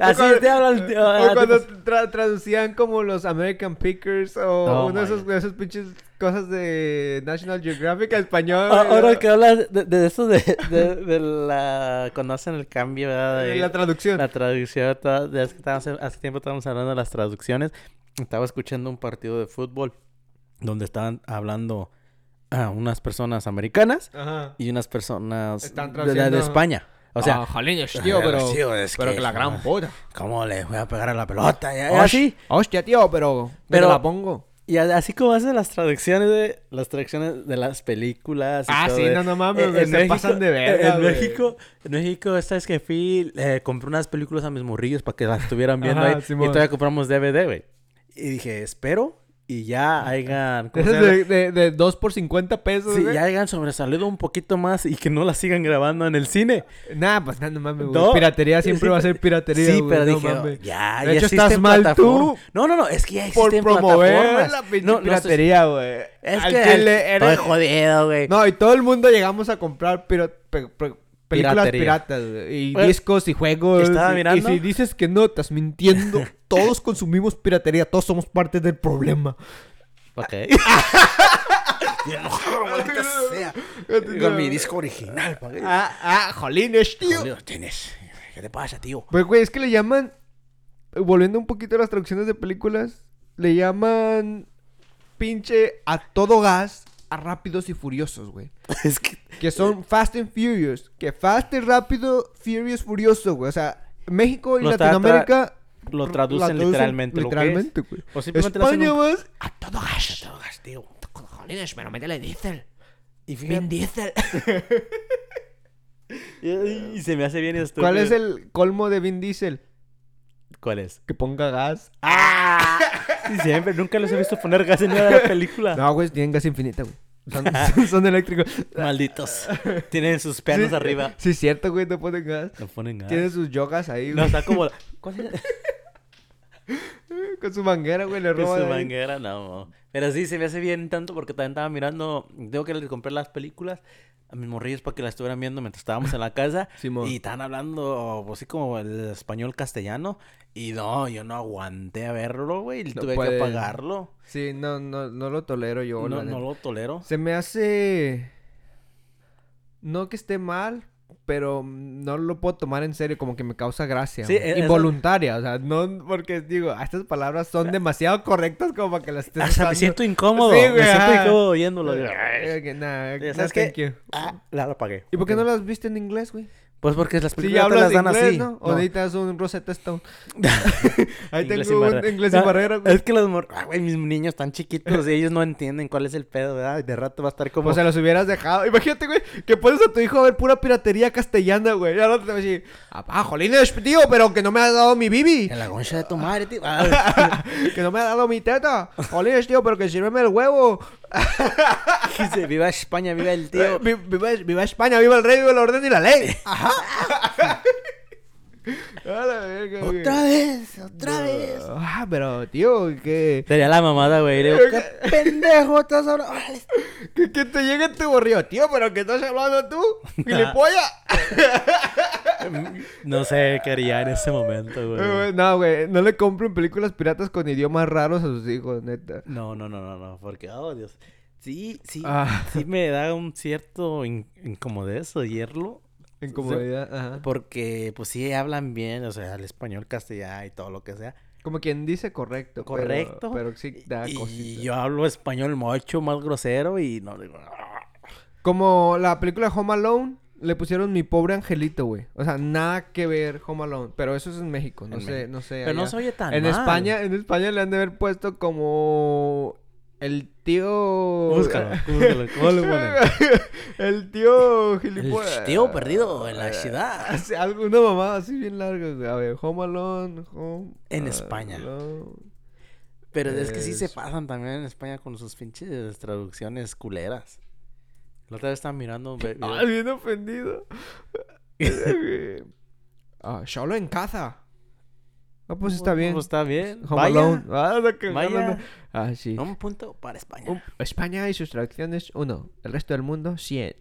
Speaker 1: Así
Speaker 2: cuando-
Speaker 1: te hablan...
Speaker 2: o cuando tra- traducían como los American Pickers o
Speaker 1: Oh,
Speaker 2: una de
Speaker 1: my
Speaker 2: esas, de esas pinches cosas de National Geographic a español. eh,
Speaker 1: Ah,
Speaker 2: güey,
Speaker 1: Ahora
Speaker 2: ¿no?
Speaker 1: que hablas de, de eso de, de, de la... Cuando hacen el cambio, ¿verdad?
Speaker 2: Eh,
Speaker 1: De-
Speaker 2: La traducción.
Speaker 1: La traducción, ta- de- es que estábamos- hace, tiempo estábamos hablando de las traducciones. Estaba escuchando un partido de fútbol donde estaban hablando a unas personas americanas
Speaker 2: Ajá.
Speaker 1: y unas personas
Speaker 2: Están
Speaker 1: de- de, de
Speaker 2: traduciendo.
Speaker 1: España. O sea,
Speaker 2: Ah, tío, pero,
Speaker 1: Sí, es
Speaker 2: pero
Speaker 1: que-
Speaker 2: que la gran puta.
Speaker 1: ¿cómo les voy a pegar a la pelota? Y y
Speaker 2: Hosh-
Speaker 1: así.
Speaker 2: Hostia, tío, pero, pero
Speaker 1: Pero-
Speaker 2: la pongo.
Speaker 1: Y a- así como hacen las traducciones de las traducciones de las películas. y
Speaker 2: Ah,
Speaker 1: todo
Speaker 2: sí,
Speaker 1: de-
Speaker 2: no, no mames, güey, se pasan de verga,
Speaker 1: Eh, En, en
Speaker 2: güey.
Speaker 1: México, en México, esta vez que fui, eh, compré unas películas a mis morrillos para que las estuvieran viendo
Speaker 2: Ajá,
Speaker 1: ahí.
Speaker 2: Simón.
Speaker 1: Y todavía compramos DVD, güey. Y dije, espero y ya hayan... ¿cómo se
Speaker 2: Esas
Speaker 1: llama?
Speaker 2: de, de, de 2 por 50 pesos,
Speaker 1: Sí,
Speaker 2: güey.
Speaker 1: ya hayan sobresalido un poquito más y que no las sigan grabando en el cine.
Speaker 2: Nah, pues nada, no mames, güey.
Speaker 1: No.
Speaker 2: Piratería siempre va a ser piratería,
Speaker 1: sí,
Speaker 2: güey,
Speaker 1: pero
Speaker 2: no
Speaker 1: dije, "Oh,
Speaker 2: mames.
Speaker 1: ya,
Speaker 2: De
Speaker 1: ya
Speaker 2: hecho,
Speaker 1: existen
Speaker 2: estás mal tú
Speaker 1: plataformas. No, no, no, es que ya
Speaker 2: por
Speaker 1: existen
Speaker 2: promover
Speaker 1: plataformas.
Speaker 2: la pinche
Speaker 1: No, no, estoy-
Speaker 2: piratería, güey.
Speaker 1: Es
Speaker 2: Al
Speaker 1: que
Speaker 2: chile
Speaker 1: estoy
Speaker 2: eres-
Speaker 1: jodido, güey.
Speaker 2: No, y todo el mundo llegamos a comprar piro- pe- pe- películas
Speaker 1: Piratería.
Speaker 2: piratas güey, y
Speaker 1: Bueno,
Speaker 2: discos y juegos.
Speaker 1: estaba
Speaker 2: y-
Speaker 1: mirando.
Speaker 2: Y si dices que no, estás mintiendo. Todos consumimos piratería, todos somos parte del problema.
Speaker 1: Ok. enojado, maldita sea. Con mi disco original, pa' que-
Speaker 2: Ah, ah, jolines, tío.
Speaker 1: Jodido, tienes. ¿Qué te pasa, tío?
Speaker 2: Pues, güey, es que le llaman. Volviendo un poquito a las traducciones de películas, le llaman. Pinche a todo gas a rápidos y furiosos, güey.
Speaker 1: Es que.
Speaker 2: Que son Fast and Furious. Que Fast y rápido, Furious, furioso, güey. O sea, México y
Speaker 1: Lo está tra-
Speaker 2: Latinoamérica.
Speaker 1: Lo
Speaker 2: la
Speaker 1: traducen literalmente, lo que es.
Speaker 2: Literalmente, güey.
Speaker 1: O simplemente le hacen
Speaker 2: España
Speaker 1: un-
Speaker 2: más.
Speaker 3: a todo gas.
Speaker 1: Drogas, tío.
Speaker 3: Con jolines, pero métele diésel.
Speaker 1: Y, fíjate-
Speaker 3: Bien diésel.
Speaker 1: y- y se me hace bien estúpido.
Speaker 2: ¿Cuál es el colmo de Vin Diesel?
Speaker 1: ¿Cuál es?
Speaker 2: Que ponga gas.
Speaker 1: ¡Ah! Sí, siempre, nunca los he visto poner gas en nada de la película.
Speaker 2: No, güey, tienen gas infinita, güey. Son, son eléctricos.
Speaker 1: Malditos. Tienen sus pernos
Speaker 2: Sí,
Speaker 1: arriba.
Speaker 2: Sí, es cierto, güey, no ponen gas.
Speaker 1: No ponen gas.
Speaker 2: Tienen sus yogas ahí,
Speaker 1: No,
Speaker 2: güey.
Speaker 1: está como. ¿Cuál es?
Speaker 2: Con su manguera, güey, le
Speaker 1: Con
Speaker 2: roba.
Speaker 1: su
Speaker 2: de ahí.
Speaker 1: manguera, no. mo. Pero sí, se me hace bien tanto porque también estaba mirando. Tengo que les compré las películas a mis morrillos para que las estuvieran viendo mientras estábamos en la casa.
Speaker 2: Simón.
Speaker 1: Y estaban hablando, pues, así como el español castellano. Y no, yo no aguanté a verlo, güey. y
Speaker 2: No
Speaker 1: tuve
Speaker 2: puede.
Speaker 1: que apagarlo.
Speaker 2: Sí, no, no, no lo tolero yo.
Speaker 1: No,
Speaker 2: la
Speaker 1: no
Speaker 2: neta.
Speaker 1: lo tolero.
Speaker 2: Se me hace. No que esté mal, pero mm, no lo puedo tomar en serio, como que me causa gracia.
Speaker 1: Sí,
Speaker 2: güey.
Speaker 1: e- eso-
Speaker 2: Involuntaria, o sea, no porque digo, "Ah, estas palabras son demasiado correctas como para que las estés
Speaker 1: Hasta Ah, me
Speaker 2: usando".
Speaker 1: siento incómodo.
Speaker 2: Sí,
Speaker 1: me
Speaker 2: güey,
Speaker 1: siento
Speaker 2: ajá.
Speaker 1: incómodo oyéndolo.
Speaker 2: Eh, que nah,
Speaker 1: Ya
Speaker 2: nah,
Speaker 1: sabes
Speaker 2: thank
Speaker 1: qué.
Speaker 2: you.
Speaker 1: Ah, la, la apagué.
Speaker 2: ¿Y por qué
Speaker 1: Ok.
Speaker 2: no las viste en inglés, güey?
Speaker 1: Pues porque las
Speaker 2: Si ya
Speaker 1: películas te
Speaker 2: hablas
Speaker 1: las dan
Speaker 2: inglés,
Speaker 1: así.
Speaker 2: ¿no? O
Speaker 1: No.
Speaker 2: necesitas un Rosetta Stone. Ahí
Speaker 1: Inglés
Speaker 2: tengo
Speaker 1: sin
Speaker 2: un
Speaker 1: barrera.
Speaker 2: inglés
Speaker 1: No,
Speaker 2: sin barrera, güey.
Speaker 1: Es que los mor... ah, güey, mis niños están chiquitos y ellos no entienden cuál es el pedo, ¿verdad? De rato va a estar como...
Speaker 2: O sea, los hubieras dejado. Imagínate, güey, que pones a tu hijo a ver pura piratería castellana, güey. Ya no te va a decir, ah, jolín, tío, pero que no me has dado mi bibi,
Speaker 1: En la concha de tu madre, tío. Ah,
Speaker 2: que no me has dado mi teta. Jolín, tío, pero que sírveme el huevo.
Speaker 1: dice, viva España, viva el
Speaker 2: Eh,
Speaker 1: tío.
Speaker 2: vi- Viva, viva España, viva el rey, viva el orden y la ley. Ajá. A la verga, güey.
Speaker 1: Otra vez, otra vez.
Speaker 2: Ah, pero, tío, que...
Speaker 1: Sería la mamada, güey. Le digo, qué pendejo estás ahora.
Speaker 2: Que, que te llegue tu borrillo, tío, pero que estás hablando tú, gilipollas.
Speaker 1: No sé qué haría en ese momento,
Speaker 2: Eh,
Speaker 1: güey.
Speaker 2: güey, No, güey, no le compren películas piratas con idiomas raros a sus hijos, neta.
Speaker 1: No, no, no, no, no, porque, oh, Dios. Sí, sí,
Speaker 2: Ah.
Speaker 1: sí me da un cierto in- incomodez oírlo.
Speaker 2: Incomodidad, ajá.
Speaker 1: Porque, pues sí, hablan bien, o sea, el español, castellano y todo lo que sea.
Speaker 2: Como quien dice correcto. pero-
Speaker 1: Correcto.
Speaker 2: Pero, sí da
Speaker 1: y
Speaker 2: cosita.
Speaker 1: yo hablo español mucho más grosero y no digo... "Ah,
Speaker 2: Como la película Home Alone, le pusieron mi pobre angelito, güey. O sea, nada que ver Home Alone. Pero eso es en México, no
Speaker 1: En
Speaker 2: sé,
Speaker 1: México.
Speaker 2: no sé.
Speaker 1: Pero no
Speaker 2: allá.
Speaker 1: se oye tan
Speaker 2: En
Speaker 1: mal.
Speaker 2: España, en España le han de haber puesto como el tío.
Speaker 1: Búscalo, búscalo, ¿cómo le ponen?
Speaker 2: el tío
Speaker 1: El
Speaker 2: gilipollas.
Speaker 1: tío perdido en
Speaker 2: Eh,
Speaker 1: la ciudad.
Speaker 2: Hace algo, una mamada así bien larga, güey. A ver, Home Alone, Home
Speaker 1: En España.
Speaker 2: Alone.
Speaker 1: Pero es que sí se
Speaker 2: Es-
Speaker 1: pasan también en España con sus pinches traducciones culeras. La otra vez estaba mirando... ve- video-
Speaker 2: Ah, bien ofendido. Eh, ah, solo en casa. Ah, pues está bien.
Speaker 1: Pues está bien.
Speaker 2: Home
Speaker 1: Vaya,
Speaker 2: Alone. Ah, la cagada,
Speaker 1: vaya.
Speaker 2: no. Ah, sí.
Speaker 1: Un punto para España.
Speaker 2: Un- España y sus traducciones, uno. El resto del mundo, 100.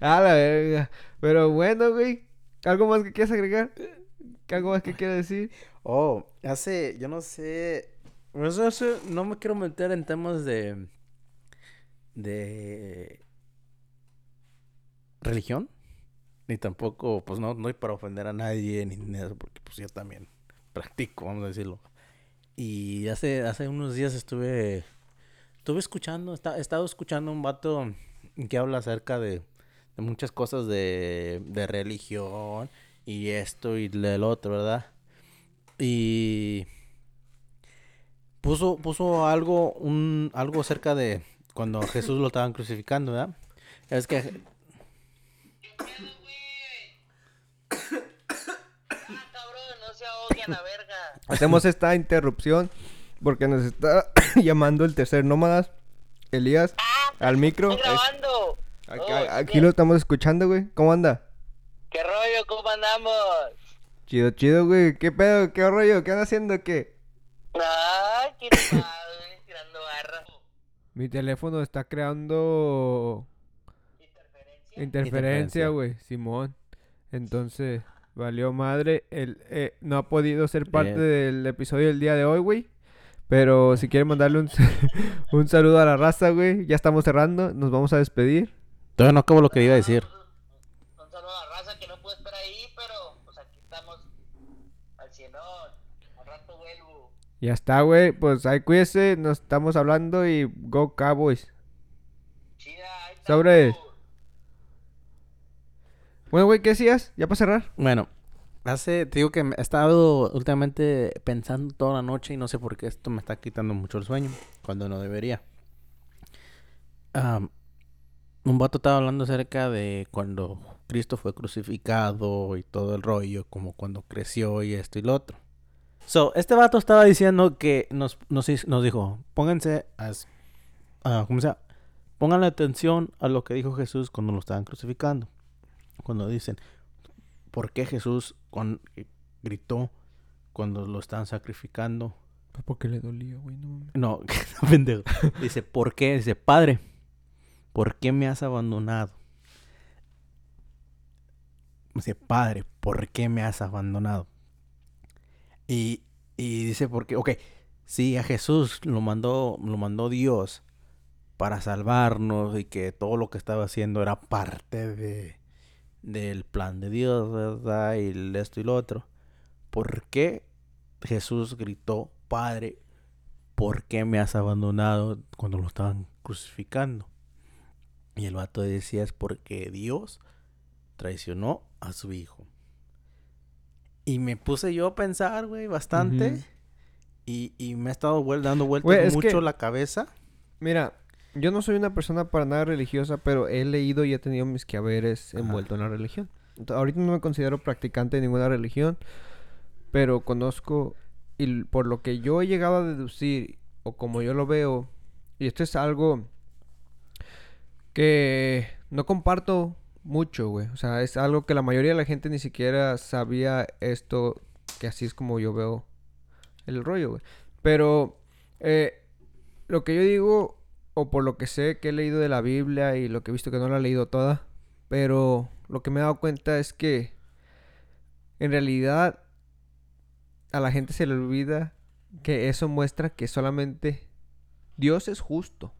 Speaker 2: A la verga. Pero bueno, güey. ¿Algo más que quieras agregar? ¿Algo más que quieras decir?
Speaker 1: Oh, hace, yo no sé, no sé, no sé, no me quiero meter en temas de, de religión, ni tampoco, pues no, no es para ofender a nadie, ni nada, porque pues yo también practico, vamos a decirlo. Y hace, hace unos días estuve, estuve escuchando, esta- he estado escuchando a un vato que habla acerca de, de muchas cosas de, de religión y esto y el otro, ¿verdad? Y puso, puso algo, un, algo acerca de cuando a Jesús lo estaban crucificando, ¿verdad? Es que
Speaker 4: Ah, cabrón, no se ahoguen a verga.
Speaker 2: Hacemos esta interrupción porque nos está llamando el tercer nómadas, Elías, al micro.
Speaker 4: Ah, Estoy grabando.
Speaker 2: Es- aquí,
Speaker 4: Oh,
Speaker 2: aquí lo estamos escuchando, güey. ¿Cómo anda?
Speaker 4: ¿Qué rollo? ¿Cómo andamos?
Speaker 2: Chido, chido, güey. ¿Qué pedo? ¿Qué rollo? ¿Qué anda haciendo? ¿Qué?
Speaker 4: Ay, qué padre, tirando barra.
Speaker 2: Mi teléfono está creando interferencia,
Speaker 4: Interferencia.
Speaker 1: Interferencia.
Speaker 2: güey, Simón. Entonces, valió madre. El, eh, no ha podido ser parte
Speaker 1: Bien.
Speaker 2: del episodio del día de hoy, güey. Pero si quieren mandarle un, un saludo a la raza, güey. Ya estamos cerrando. Nos vamos a despedir.
Speaker 1: todavía no acabo lo que iba a decir.
Speaker 4: Un saludo a la raza que no pude estar ahí, pero pues aquí estamos al cienón. Al rato vuelvo.
Speaker 2: Ya está, güey. Pues ahí cuídese. Nos estamos hablando y go Cowboys.
Speaker 4: Chida, ahí estamos.
Speaker 2: Sobres. Bueno, güey, ¿qué decías? ¿Ya para cerrar?
Speaker 1: Bueno, hace, te digo que me- he estado últimamente pensando toda la noche y no sé por qué esto me está quitando mucho el sueño, cuando no debería. Am, un vato estaba hablando acerca de cuando Cristo fue crucificado y todo el rollo, como cuando creció y esto y lo otro. So, este vato estaba diciendo que nos, nos, hiz- nos dijo, pónganse, a, s- a- ¿cómo se llama? Pónganle atención a lo que dijo Jesús cuando lo estaban crucificando. Cuando dicen, ¿por qué Jesús con- eh, gritó cuando lo están sacrificando.
Speaker 2: Pues Porque le dolía, güey, no mames.
Speaker 1: No, pendejo. Dice, ¿por qué? Dice, padre, ¿por qué me has abandonado? Dice, padre, ¿por qué me has abandonado? Y, y dice, porque, ok, sí, a Jesús lo mandó, lo mandó Dios para salvarnos y que todo lo que estaba haciendo era parte de, del plan de Dios, ¿verdad? Y el esto y lo otro. ¿Por qué Jesús gritó, Padre, ¿por qué me has abandonado cuando lo estaban crucificando? Y el vato decía, es porque Dios traicionó a su hijo. Y me puse yo a pensar, güey, bastante.
Speaker 2: Ujú.
Speaker 1: y, y me ha estado vuel- dando vueltas
Speaker 2: Güey, es
Speaker 1: mucho
Speaker 2: que-
Speaker 1: la cabeza.
Speaker 2: Mira, yo no soy una persona para nada religiosa, pero he leído y he tenido mis quehaceres
Speaker 1: Ajá.
Speaker 2: envuelto en la religión. Ento- ahorita no me considero practicante de ninguna religión, pero conozco y l- por lo que yo he llegado a deducir o como yo lo veo, y esto es algo que no comparto mucho, güey. O sea, es algo que la mayoría de la gente ni siquiera sabía esto, que así es como yo veo el rollo, güey. Pero eh, lo que yo digo, o por lo que sé que he leído de la Biblia y lo que he visto que no la he leído toda, pero lo que me he dado cuenta es que en realidad a la gente se le olvida que eso muestra que solamente Dios es justo,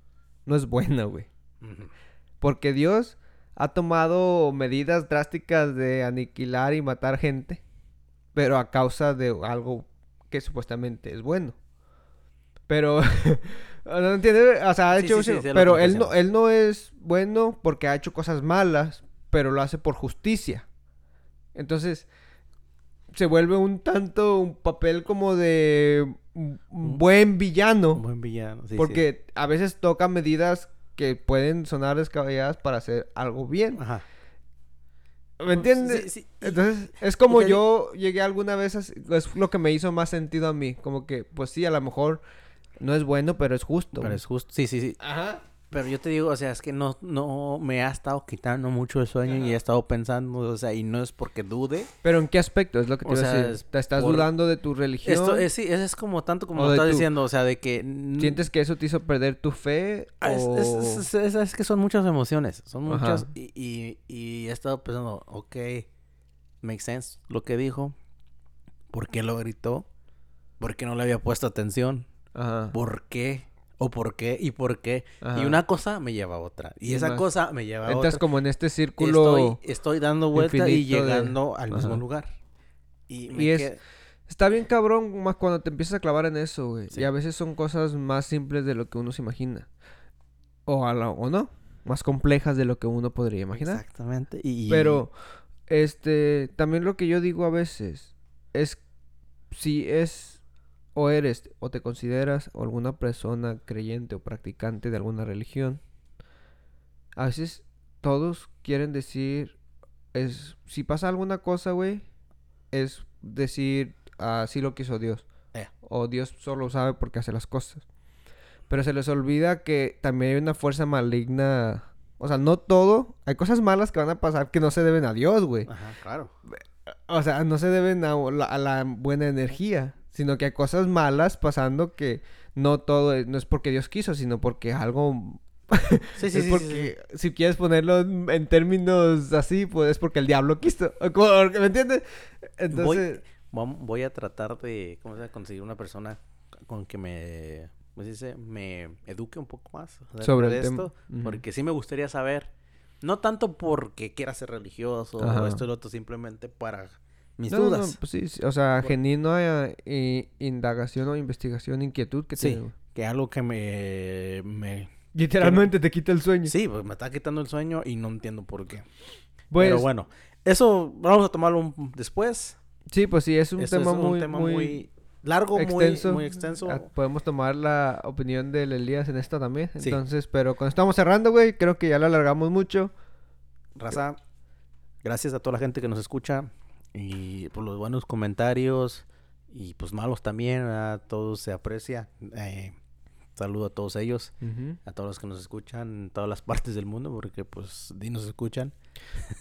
Speaker 2: no es bueno, güey. Porque Dios ha tomado medidas drásticas de aniquilar y matar gente, pero a causa de algo que supuestamente es bueno. Pero no entiende, o sea, ha
Speaker 1: Sí,
Speaker 2: hecho,
Speaker 1: sí, sí, sí, lo
Speaker 2: pero él no
Speaker 1: comprendo.
Speaker 2: él no es bueno porque ha hecho cosas malas, pero lo hace por justicia. Entonces, se vuelve un tanto un papel como de un- un
Speaker 1: Mm.
Speaker 2: buen villano.
Speaker 1: Un buen villano. sí, sí.
Speaker 2: Porque a veces toca medidas que pueden sonar descabelladas para hacer algo bien.
Speaker 1: Ajá.
Speaker 2: ¿Me entiendes?
Speaker 1: Sí, sí, y-
Speaker 2: Entonces, es como
Speaker 1: y te di-
Speaker 2: yo llegué alguna vez, a, es lo que me hizo más sentido a mí. Como que, pues sí, a lo mejor no es bueno, pero es justo.
Speaker 1: Pero
Speaker 2: güey.
Speaker 1: es justo. Sí, sí, sí.
Speaker 2: Ajá.
Speaker 1: Pero yo te digo, o sea, es que no, no me ha estado quitando mucho el sueño y he estado pensando, o sea, y no es porque dude.
Speaker 2: Pero ¿en qué aspecto? Es lo que
Speaker 1: O
Speaker 2: te iba a
Speaker 1: sea,
Speaker 2: decir.
Speaker 1: es
Speaker 2: ¿Te estás
Speaker 1: por-
Speaker 2: dudando de tu religión?
Speaker 1: Esto es, sí, es, es como tanto como
Speaker 2: O
Speaker 1: lo
Speaker 2: de
Speaker 1: estás
Speaker 2: tu-
Speaker 1: diciendo, o sea, de que... mm,
Speaker 2: ¿Sientes que eso te hizo perder tu fe?
Speaker 1: ah, es- es-
Speaker 2: o-
Speaker 1: es, es- es- es que son muchas emociones, son
Speaker 2: Ajá.
Speaker 1: muchas, y, y, y he estado pensando, ok, makes sense lo que dijo, ¿por qué lo gritó? ¿Por qué no le había puesto atención?
Speaker 2: Ajá.
Speaker 1: ¿Por qué? ¿O por qué? ¿Y por qué?
Speaker 2: Ajá.
Speaker 1: Y una cosa me lleva a otra, y
Speaker 2: Y
Speaker 1: esa
Speaker 2: más.
Speaker 1: cosa me lleva a otra.
Speaker 2: Entras como en este círculo...
Speaker 1: Estoy, estoy dando vuelta y
Speaker 2: infinito de-
Speaker 1: llegando al mismo
Speaker 2: Ajá.
Speaker 1: lugar. Y,
Speaker 2: Y
Speaker 1: me
Speaker 2: es-
Speaker 1: qued-
Speaker 2: Está bien cabrón más cuando te empiezas a clavar en eso, güey.
Speaker 1: Sí.
Speaker 2: Y a veces son cosas más simples de lo que uno se imagina. O, a la- o no, más complejas de lo que uno podría imaginar.
Speaker 1: Exactamente. Y,
Speaker 2: Pero, este, también lo que yo digo a veces es si es o eres o te consideras alguna persona creyente o practicante de alguna religión, a veces todos quieren decir, es, si pasa alguna cosa, güey, es decir, así lo quiso Dios.
Speaker 1: Eh.
Speaker 2: O Dios solo sabe por qué hace las cosas. Pero se les olvida que también hay una fuerza maligna o sea, no todo. Hay cosas malas que van a pasar que no se deben a Dios, güey.
Speaker 1: Ajá, claro.
Speaker 2: O sea, no se deben a la, a la buena energía. Sino que hay cosas malas pasando que no todo es, no es porque Dios quiso, sino porque algo.
Speaker 1: Sí, sí,
Speaker 2: es
Speaker 1: sí, sí, sí.
Speaker 2: porque, si quieres ponerlo en en términos así, pues es porque el diablo quiso. O como- ¿Me entiendes? Entonces.
Speaker 1: Vam- Voy, a tratar de ¿cómo se llama? conseguir una persona con que me, ¿cómo se dice? me eduque un poco más acerca
Speaker 2: Sobre
Speaker 1: de
Speaker 2: el tema.
Speaker 1: esto.
Speaker 2: Ujú.
Speaker 1: Porque sí me gustaría saber. No tanto porque quiera ser religioso
Speaker 2: Ajá.
Speaker 1: o esto y lo otro, simplemente para mis
Speaker 2: No, no, no,
Speaker 1: dudas.
Speaker 2: pues sí, sí, o sea, genuina eh, indagación o investigación, inquietud que
Speaker 1: sí,
Speaker 2: tiene, güey.
Speaker 1: que algo que me- me
Speaker 2: Literalmente te quita el sueño.
Speaker 1: Sí, pues me está quitando el sueño y no entiendo por qué.
Speaker 2: Pues,
Speaker 1: Pero bueno, eso vamos a tomarlo un- después.
Speaker 2: Sí, pues sí, es un
Speaker 1: Eso
Speaker 2: tema
Speaker 1: es un
Speaker 2: muy,
Speaker 1: tema
Speaker 2: muy
Speaker 1: muy, largo,
Speaker 2: extenso.
Speaker 1: muy, muy extenso.
Speaker 2: Ah, Podemos tomar la opinión del Elías en esta también.
Speaker 1: Sí.
Speaker 2: Entonces, pero cuando estamos cerrando, güey, creo que ya la alargamos mucho.
Speaker 1: Raza, gracias a toda la gente que nos escucha y por los buenos pues, comentarios y pues malos también. ¿verdad? Todo se aprecia. Eh, saludo a todos ellos,
Speaker 2: Ujú.
Speaker 1: a todos los que nos escuchan en todas las partes del mundo, porque pues di nos escuchan.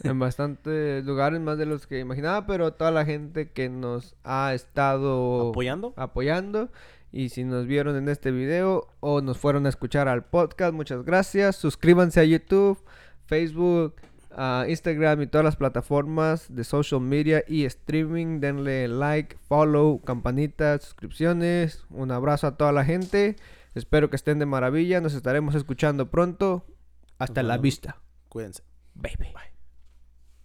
Speaker 2: en bastantes lugares, más de los que imaginaba, pero toda la gente que nos ha estado
Speaker 1: ¿Apoyando?
Speaker 2: apoyando. Y si nos vieron en este video o nos fueron a escuchar al podcast, muchas gracias. Suscríbanse a YouTube, Facebook, a Instagram y todas las plataformas de social media y streaming. Denle like, follow, campanita, suscripciones. Un abrazo a toda la gente. Espero que estén de maravilla. Nos estaremos escuchando pronto. Hasta
Speaker 1: Nos
Speaker 2: la
Speaker 1: vemos.
Speaker 2: vista.
Speaker 1: Cuídense.
Speaker 2: Baby.
Speaker 1: Bye.